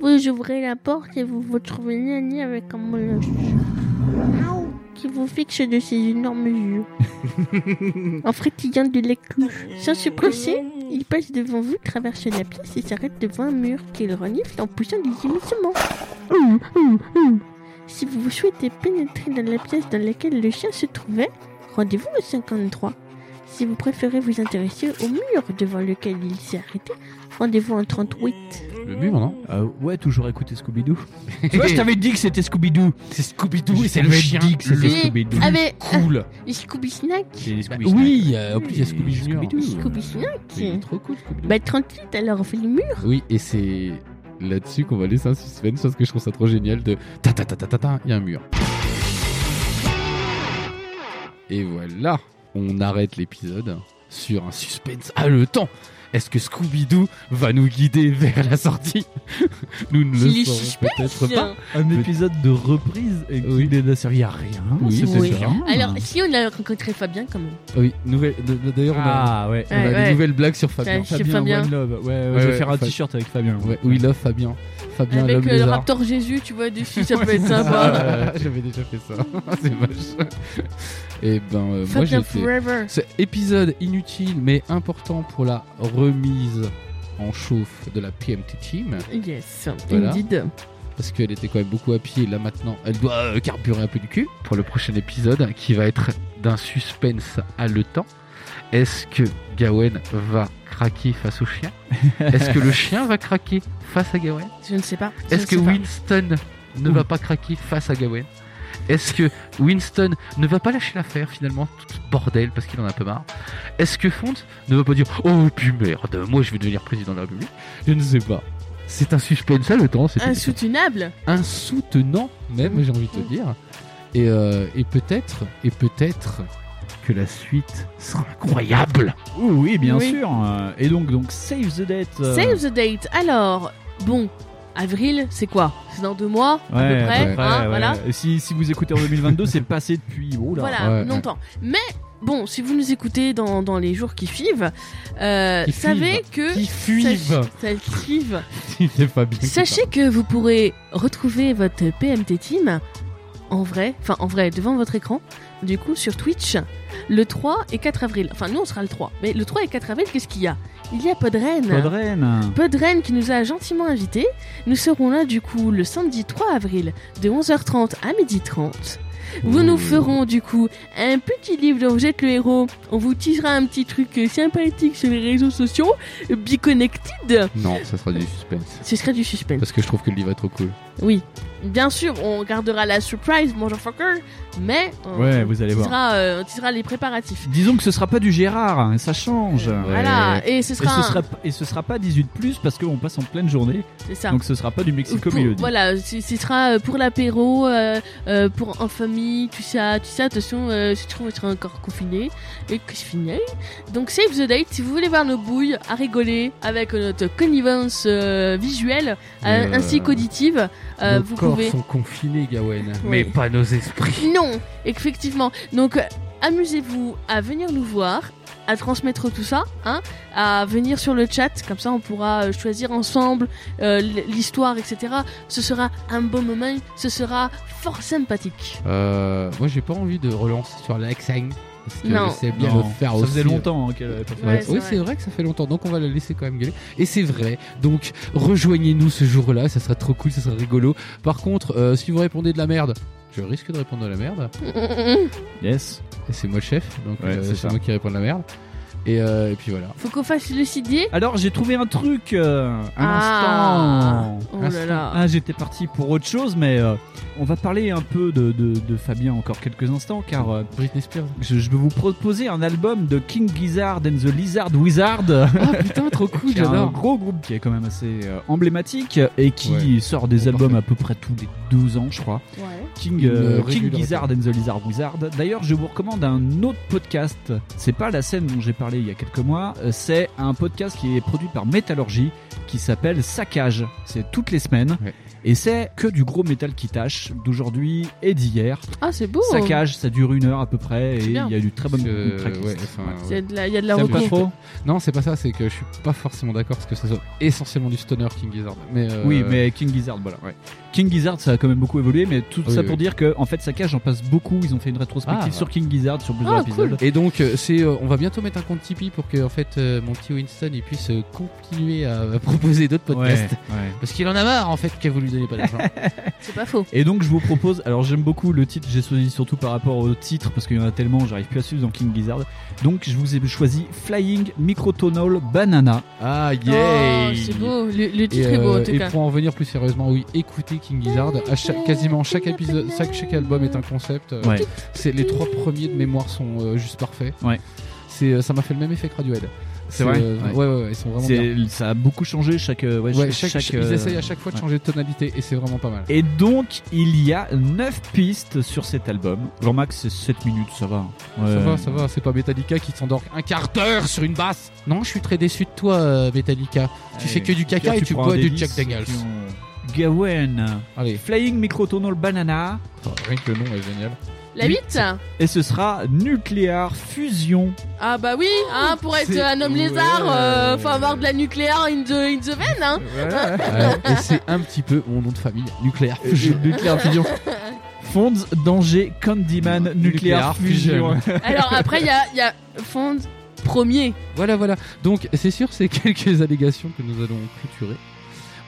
Speaker 4: Vous ouvrez la porte et vous vous retrouvez nez avec un molosse. Miaou Qui vous fixe de ses énormes yeux. en frétillant de l'éclouche. Sans se presser, il passe devant vous, traverse la pièce et s'arrête devant un mur qu'il renifle en poussant des gémissements. Hum, hum, hum. Si vous souhaitez pénétrer dans la pièce dans laquelle le chien se trouvait, rendez-vous au 53. Si vous préférez vous intéresser au mur devant lequel il s'est arrêté, rendez-vous en 38.
Speaker 3: Le mur, non
Speaker 5: Euh, ouais, toujours
Speaker 3: [LAUGHS]
Speaker 5: écouter Scooby-Doo. tu vois, je t'avais dit que c'était Scooby-Doo.
Speaker 3: C'est Scooby-Doo
Speaker 5: Je
Speaker 3: et c'est le
Speaker 5: t'avais
Speaker 3: chien.
Speaker 5: dit que c'était
Speaker 4: Le-
Speaker 5: Scooby-Doo.
Speaker 4: Avec
Speaker 3: Cool.
Speaker 4: euh, Scooby Snack
Speaker 5: Bah,
Speaker 3: oui, euh, en plus il y a Scooby Junior.
Speaker 5: Scooby-Doo.
Speaker 4: Scooby Snack
Speaker 3: C'est trop cool, Scooby-Doo.
Speaker 4: Bah 38 alors on fait le mur
Speaker 11: Oui, et c'est là-dessus qu'on va laisser un suspense parce que je trouve ça trop génial de ta ta ta ta ta ta, il y a un mur.
Speaker 3: Et voilà, on arrête l'épisode sur un suspense haletant. Est-ce que Scooby-Doo va nous guider vers la sortie [LAUGHS] Nous ne
Speaker 4: C'est
Speaker 3: le
Speaker 4: du
Speaker 3: saurons peut-être pas.
Speaker 5: Un épisode de reprise et qui
Speaker 3: Oui.
Speaker 5: n'a servi à rien.
Speaker 3: Oui,
Speaker 5: c'était
Speaker 4: Oui.
Speaker 5: bien.
Speaker 4: Alors si on a rencontré Fabien quand même
Speaker 3: Ah Oui, nouvelle. de- de- D'ailleurs, on a,
Speaker 5: Ah ouais.
Speaker 3: on a
Speaker 4: Ouais,
Speaker 3: des
Speaker 4: ouais.
Speaker 3: nouvelles blagues sur Fabien.
Speaker 4: C'est Fabien.
Speaker 5: One Love. Ouais, ouais,
Speaker 3: Ouais,
Speaker 5: je vais
Speaker 3: ouais,
Speaker 5: faire un
Speaker 3: Fab-
Speaker 5: t-shirt avec Fabien.
Speaker 3: Ouais, we love Fabien. Fabien, l'homme
Speaker 4: Avec euh, le
Speaker 3: lézard.
Speaker 4: Raptor Jésus tu vois dessus ça peut être sympa
Speaker 3: Ah, [LAUGHS] J'avais déjà fait ça. C'est moche. Et ben, euh, moi j'ai
Speaker 4: Fabien
Speaker 3: fait.
Speaker 4: Forever
Speaker 3: C'est épisode inutile mais important pour la remise en chauffe de la PMT Team
Speaker 4: Yes
Speaker 3: Voilà.
Speaker 4: Indeed
Speaker 3: parce qu'elle était quand même beaucoup à pied. Là maintenant, elle doit euh, carburer un peu du cul pour le prochain épisode hein, qui va être d'un suspense haletant. Est-ce que Gawen va craquer face au chien Est-ce que le chien va craquer face à Gawen
Speaker 4: Je ne sais pas Je
Speaker 3: Est-ce
Speaker 4: ne
Speaker 3: que
Speaker 4: sais pas.
Speaker 3: Winston ne va pas craquer face à Gawain Est-ce que Winston ne va pas lâcher l'affaire finalement Tout ce bordel parce qu'il en a un peu marre. Est-ce que Font ne va pas dire Oh puis merde, moi je vais devenir président de la République Je ne sais pas. C'est un suspense ça le temps, c'est
Speaker 4: Insoutenable
Speaker 3: insoutenant même j'ai envie de
Speaker 4: Mm.
Speaker 3: te dire. Et, euh, et peut-être, et peut-être que la suite sera incroyable.
Speaker 5: Oui, oui, bien
Speaker 4: Oui.
Speaker 5: sûr. Euh, Et donc, donc Save the Date. euh,
Speaker 4: Save the date Alors bon Avril c'est quoi C'est dans deux mois
Speaker 5: ouais,
Speaker 4: à peu près
Speaker 5: ouais,
Speaker 4: hein,
Speaker 5: ouais.
Speaker 4: Voilà
Speaker 5: Et Si, si vous écoutez en 2022, c'est passé depuis. Oh là. [LAUGHS]
Speaker 4: Voilà,
Speaker 3: ouais, ouais.
Speaker 4: longtemps. Mais bon, si vous nous écoutez dans, dans les jours qui suivent, euh,
Speaker 3: Qui
Speaker 4: savez que.
Speaker 3: Qui fuivent.
Speaker 4: Sach- ça suivent.
Speaker 3: C'est pas bien.
Speaker 4: Sachez que vous pourrez retrouver votre PMT Team en vrai, enfin en vrai, devant votre écran, du coup sur Twitch, le 3 et 4 avril. Enfin, nous on sera le 3, mais le 3 et 4 avril, qu'est-ce qu'il y a Il y a Podren.
Speaker 5: Podren.
Speaker 4: Podren qui nous a gentiment invités. Nous serons là du coup le samedi 3 avril de 11h30 à 12h30. Vous nous ferons du coup un petit livre dont vous êtes le héros. On vous teasera un petit truc euh, sympathique sur les réseaux sociaux. euh, Be connected.
Speaker 11: Non, ça sera du suspense.
Speaker 4: Ce serait du suspense.
Speaker 11: Parce que je trouve que le livre est trop cool.
Speaker 4: Oui. Bien sûr, on gardera la surprise, motherfucker. Mais euh,
Speaker 5: Ouais, vous allez
Speaker 4: on,
Speaker 5: voir.
Speaker 4: teasera, euh, on teasera les préparatifs.
Speaker 5: Disons que ce sera pas du Gérard, hein, ça change.
Speaker 4: Voilà. Et ce
Speaker 5: Et
Speaker 4: sera.
Speaker 5: ce,
Speaker 4: un-
Speaker 5: sera, et ce sera pas 18 plus parce qu'on passe en pleine journée,
Speaker 4: C'est ça.
Speaker 5: donc ce sera pas du Mexico
Speaker 4: Pour-
Speaker 5: Melody.
Speaker 4: voilà, ce ce sera euh, pour l'apéro, euh, euh, pour en famille, tout ça, tout ça. Attention, euh, si tu trouves, on sera encore confiné et que c'est fini. Donc, save the date si vous voulez voir nos bouilles à rigoler avec notre connivence euh, visuelle euh,
Speaker 3: Euh,
Speaker 4: ainsi qu'auditive. euh,
Speaker 3: Nos
Speaker 4: vous
Speaker 3: corps
Speaker 4: pouvez.
Speaker 3: sont confinés, Gawen.
Speaker 4: Mais Oui.
Speaker 3: pas nos esprits.
Speaker 4: Non, effectivement. Donc, euh, amusez-vous à venir nous voir, à transmettre tout ça, hein, à venir sur le chat, comme ça on pourra euh, choisir ensemble euh, l- l'histoire, etc. Ce sera un beau moment, ce sera fort sympathique.
Speaker 3: Euh, moi, j'ai pas envie de relancer sur l'accent. Parce que
Speaker 4: Non.
Speaker 3: je sais bien
Speaker 5: Non,
Speaker 3: le faire
Speaker 5: ça
Speaker 3: aussi.
Speaker 5: faisait longtemps hein, qu'elle avait pas fait.
Speaker 3: Ouais,
Speaker 4: Ouais, c'est
Speaker 3: oui,
Speaker 4: vrai.
Speaker 3: c'est vrai que ça fait longtemps, donc on va la laisser quand même gueuler. Et c'est vrai, donc rejoignez-nous ce jour-là, ça sera trop cool, ça sera rigolo. Par contre, euh, si vous répondez de la merde, je risque de répondre de la merde.
Speaker 5: Yes.
Speaker 3: Et c'est moi le chef, donc
Speaker 5: Ouais,
Speaker 3: euh,
Speaker 5: c'est
Speaker 3: c'est
Speaker 5: ça.
Speaker 3: moi qui réponds de la merde. Et, euh, et puis voilà.
Speaker 4: Faut qu'on fasse le CD.
Speaker 5: Alors j'ai trouvé un truc. euh, un
Speaker 4: Ah.
Speaker 5: instant.
Speaker 4: Oh là
Speaker 5: Instant.
Speaker 4: là.
Speaker 5: Ah j'étais parti pour autre chose, mais euh, on va parler un peu de, de- de Fabien encore quelques instants, car euh,
Speaker 3: Britney Spears.
Speaker 5: je, je vais vous proposer un album de King Gizzard and the Lizard Wizard.
Speaker 3: Ah putain, trop cool,
Speaker 5: qui est un
Speaker 3: j'adore.
Speaker 5: gros groupe qui est quand même assez euh, emblématique et qui
Speaker 3: Ouais.
Speaker 5: sort
Speaker 3: Oh,
Speaker 5: des albums à peu près tous les deux ans, je crois. King, euh,
Speaker 3: Une
Speaker 5: King
Speaker 3: régularité.
Speaker 5: Gizzard and the Lizard Wizard. D'ailleurs, je vous recommande un autre podcast. C'est pas la scène dont j'ai parlé il y a quelques mois. euh, C'est un podcast qui est produit par Métallurgie qui s'appelle Saccage. C'est toutes les semaines.
Speaker 3: Ouais.
Speaker 5: Et c'est que du gros métal qui tâche d'aujourd'hui et d'hier.
Speaker 4: Ah, c'est beau.
Speaker 5: Saccage, ça dure une heure à peu près et
Speaker 4: C'est
Speaker 5: il y
Speaker 4: bien.
Speaker 5: a du très bon
Speaker 3: Euh,
Speaker 5: tracklist.
Speaker 3: ouais, enfin, ouais.
Speaker 4: Il y a de la, il y a de la
Speaker 3: Ça me
Speaker 4: reco.
Speaker 3: pas trop. Non, c'est pas ça, c'est que je suis pas forcément d'accord parce que ça soit essentiellement du stoner King Gizzard. Mais euh,
Speaker 5: Oui, mais King Gizzard, voilà.
Speaker 3: ouais.
Speaker 5: King Gizzard, ça a quand même beaucoup évolué, mais tout
Speaker 3: Oui,
Speaker 5: ça
Speaker 3: oui.
Speaker 5: pour dire que, en fait, Saccage, j'en passe beaucoup. Ils ont fait une rétrospective
Speaker 3: Ah.
Speaker 5: sur King Gizzard sur plusieurs
Speaker 4: Ah,
Speaker 5: épisodes.
Speaker 3: Et donc, euh, c'est, euh, on va bientôt mettre un compte Tipeee pour que en fait, euh, mon petit Winston il puisse euh, continuer à, à [LAUGHS] proposer d'autres podcasts.
Speaker 5: Ouais, ouais.
Speaker 3: Parce qu'il en a marre en fait que vous lui donnez pas d'argent.
Speaker 4: C'est pas faux.
Speaker 5: Et donc je vous propose, alors j'aime beaucoup le titre, j'ai choisi surtout par rapport au titre parce qu'il y en a tellement, j'arrive plus à suivre dans King Gizzard. Donc je vous ai choisi Flying Microtonal Banana.
Speaker 3: [LAUGHS] ah
Speaker 4: Oh,
Speaker 3: yeah
Speaker 4: c'est beau. Le, le
Speaker 3: Et,
Speaker 4: titre est beau en
Speaker 3: euh,
Speaker 4: tout
Speaker 3: et
Speaker 4: cas.
Speaker 3: pour en venir plus sérieusement, oui, écoutez King Gizzard. À chaque- quasiment chaque épisode, chaque, chaque album est un concept. Euh,
Speaker 5: Ouais.
Speaker 3: C'est les trois premiers de mémoire sont euh, juste parfaits.
Speaker 5: Ouais.
Speaker 3: C'est, euh, ça m'a fait le même effet que Radiohead.
Speaker 5: C'est vrai
Speaker 3: euh,
Speaker 5: Ouais.
Speaker 3: ouais. ouais, ouais, ils sont vraiment bien.
Speaker 5: C'est- Ça a beaucoup changé chaque... euh, Ouais,
Speaker 3: Ouais,
Speaker 5: chaque,
Speaker 3: chaque,
Speaker 5: chaque,
Speaker 3: ils
Speaker 5: euh,
Speaker 3: essayent à chaque fois de
Speaker 5: ouais.
Speaker 3: changer de tonalité et c'est vraiment pas mal.
Speaker 5: Et donc il y a 9 pistes sur cet album. Genre max c'est 7 minutes, ça va. hein.
Speaker 3: Ça
Speaker 5: Ouais.
Speaker 3: va, ça va, c'est pas Metallica qui s'endort un quart d'heure sur une basse. Non, je suis très déçu de toi, euh, Metallica. Tu fais que du caca et tu
Speaker 5: prends
Speaker 3: bois
Speaker 5: un
Speaker 3: du
Speaker 5: délice
Speaker 3: Jack Daniels.
Speaker 5: et puis on- Gawen.
Speaker 3: Allez,
Speaker 5: Flying Microtonal Banana.
Speaker 3: Ah, rien que le nom est [LAUGHS] génial.
Speaker 4: La 8
Speaker 5: Et ce sera Nuclear Fusion.
Speaker 4: Ah bah oui, hein, pour être
Speaker 3: C'est-
Speaker 4: un homme lézard,
Speaker 3: Ouais.
Speaker 4: euh, faut avoir de la nucléaire in the, in the vein, hein.
Speaker 3: et c'est un petit peu mon nom de famille, Euh, nucléaire. [LAUGHS]
Speaker 5: Nuclear Fusion. Fonds, Danger, Candyman, Nuclear
Speaker 3: Nuclear
Speaker 5: Fusion. [LAUGHS]
Speaker 4: Alors après, il y a, il y a Fond premier.
Speaker 3: Voilà, voilà. Donc, c'est sûr, c'est [LAUGHS] quelques allégations que nous allons clôturer.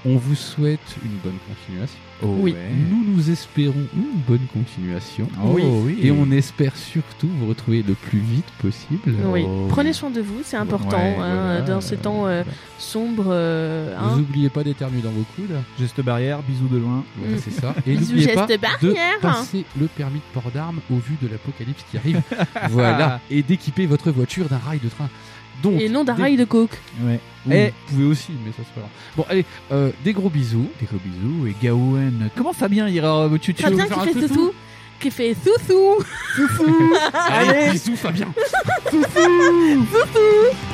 Speaker 3: On vous souhaite une bonne continuation.
Speaker 5: oui.
Speaker 3: Nous nous espérons une bonne continuation.
Speaker 5: Oh oui.
Speaker 3: Et on espère surtout vous retrouver le plus vite possible.
Speaker 4: Oui.
Speaker 3: Oh.
Speaker 4: Prenez soin de vous, c'est important
Speaker 5: Ouais,
Speaker 4: hein,
Speaker 3: voilà.
Speaker 4: dans ces temps euh, sombres. euh, hein.
Speaker 3: Vous oubliez pas d'éternuer dans vos coudes.
Speaker 5: Geste barrière, bisous de loin.
Speaker 3: Voilà,
Speaker 4: Mm.
Speaker 3: c'est ça.
Speaker 4: [LAUGHS]
Speaker 3: Et
Speaker 4: Bisous,
Speaker 3: n'oubliez
Speaker 4: geste
Speaker 3: pas
Speaker 4: barrière.
Speaker 3: de passer le permis de port d'armes au vu de l'apocalypse
Speaker 4: [LAUGHS]
Speaker 3: qui arrive.
Speaker 5: Ah,
Speaker 3: voilà. Et d'équiper votre voiture d'un rail de train. Donc,
Speaker 4: Et non d'un
Speaker 3: des-
Speaker 4: rail de Mm. coke.
Speaker 5: Ouais.
Speaker 3: Oui,
Speaker 5: Et-
Speaker 3: vous pouvez aussi, mais ça se fera. Bon, allez, euh, des gros bisous.
Speaker 5: Des gros bisous et Gaouen. Comment Fabien ira au tutu
Speaker 4: Fabien qui fait soussou. Qui fait soussou. [LAUGHS]
Speaker 3: Allez, bisous, Fabien.
Speaker 4: Soussou.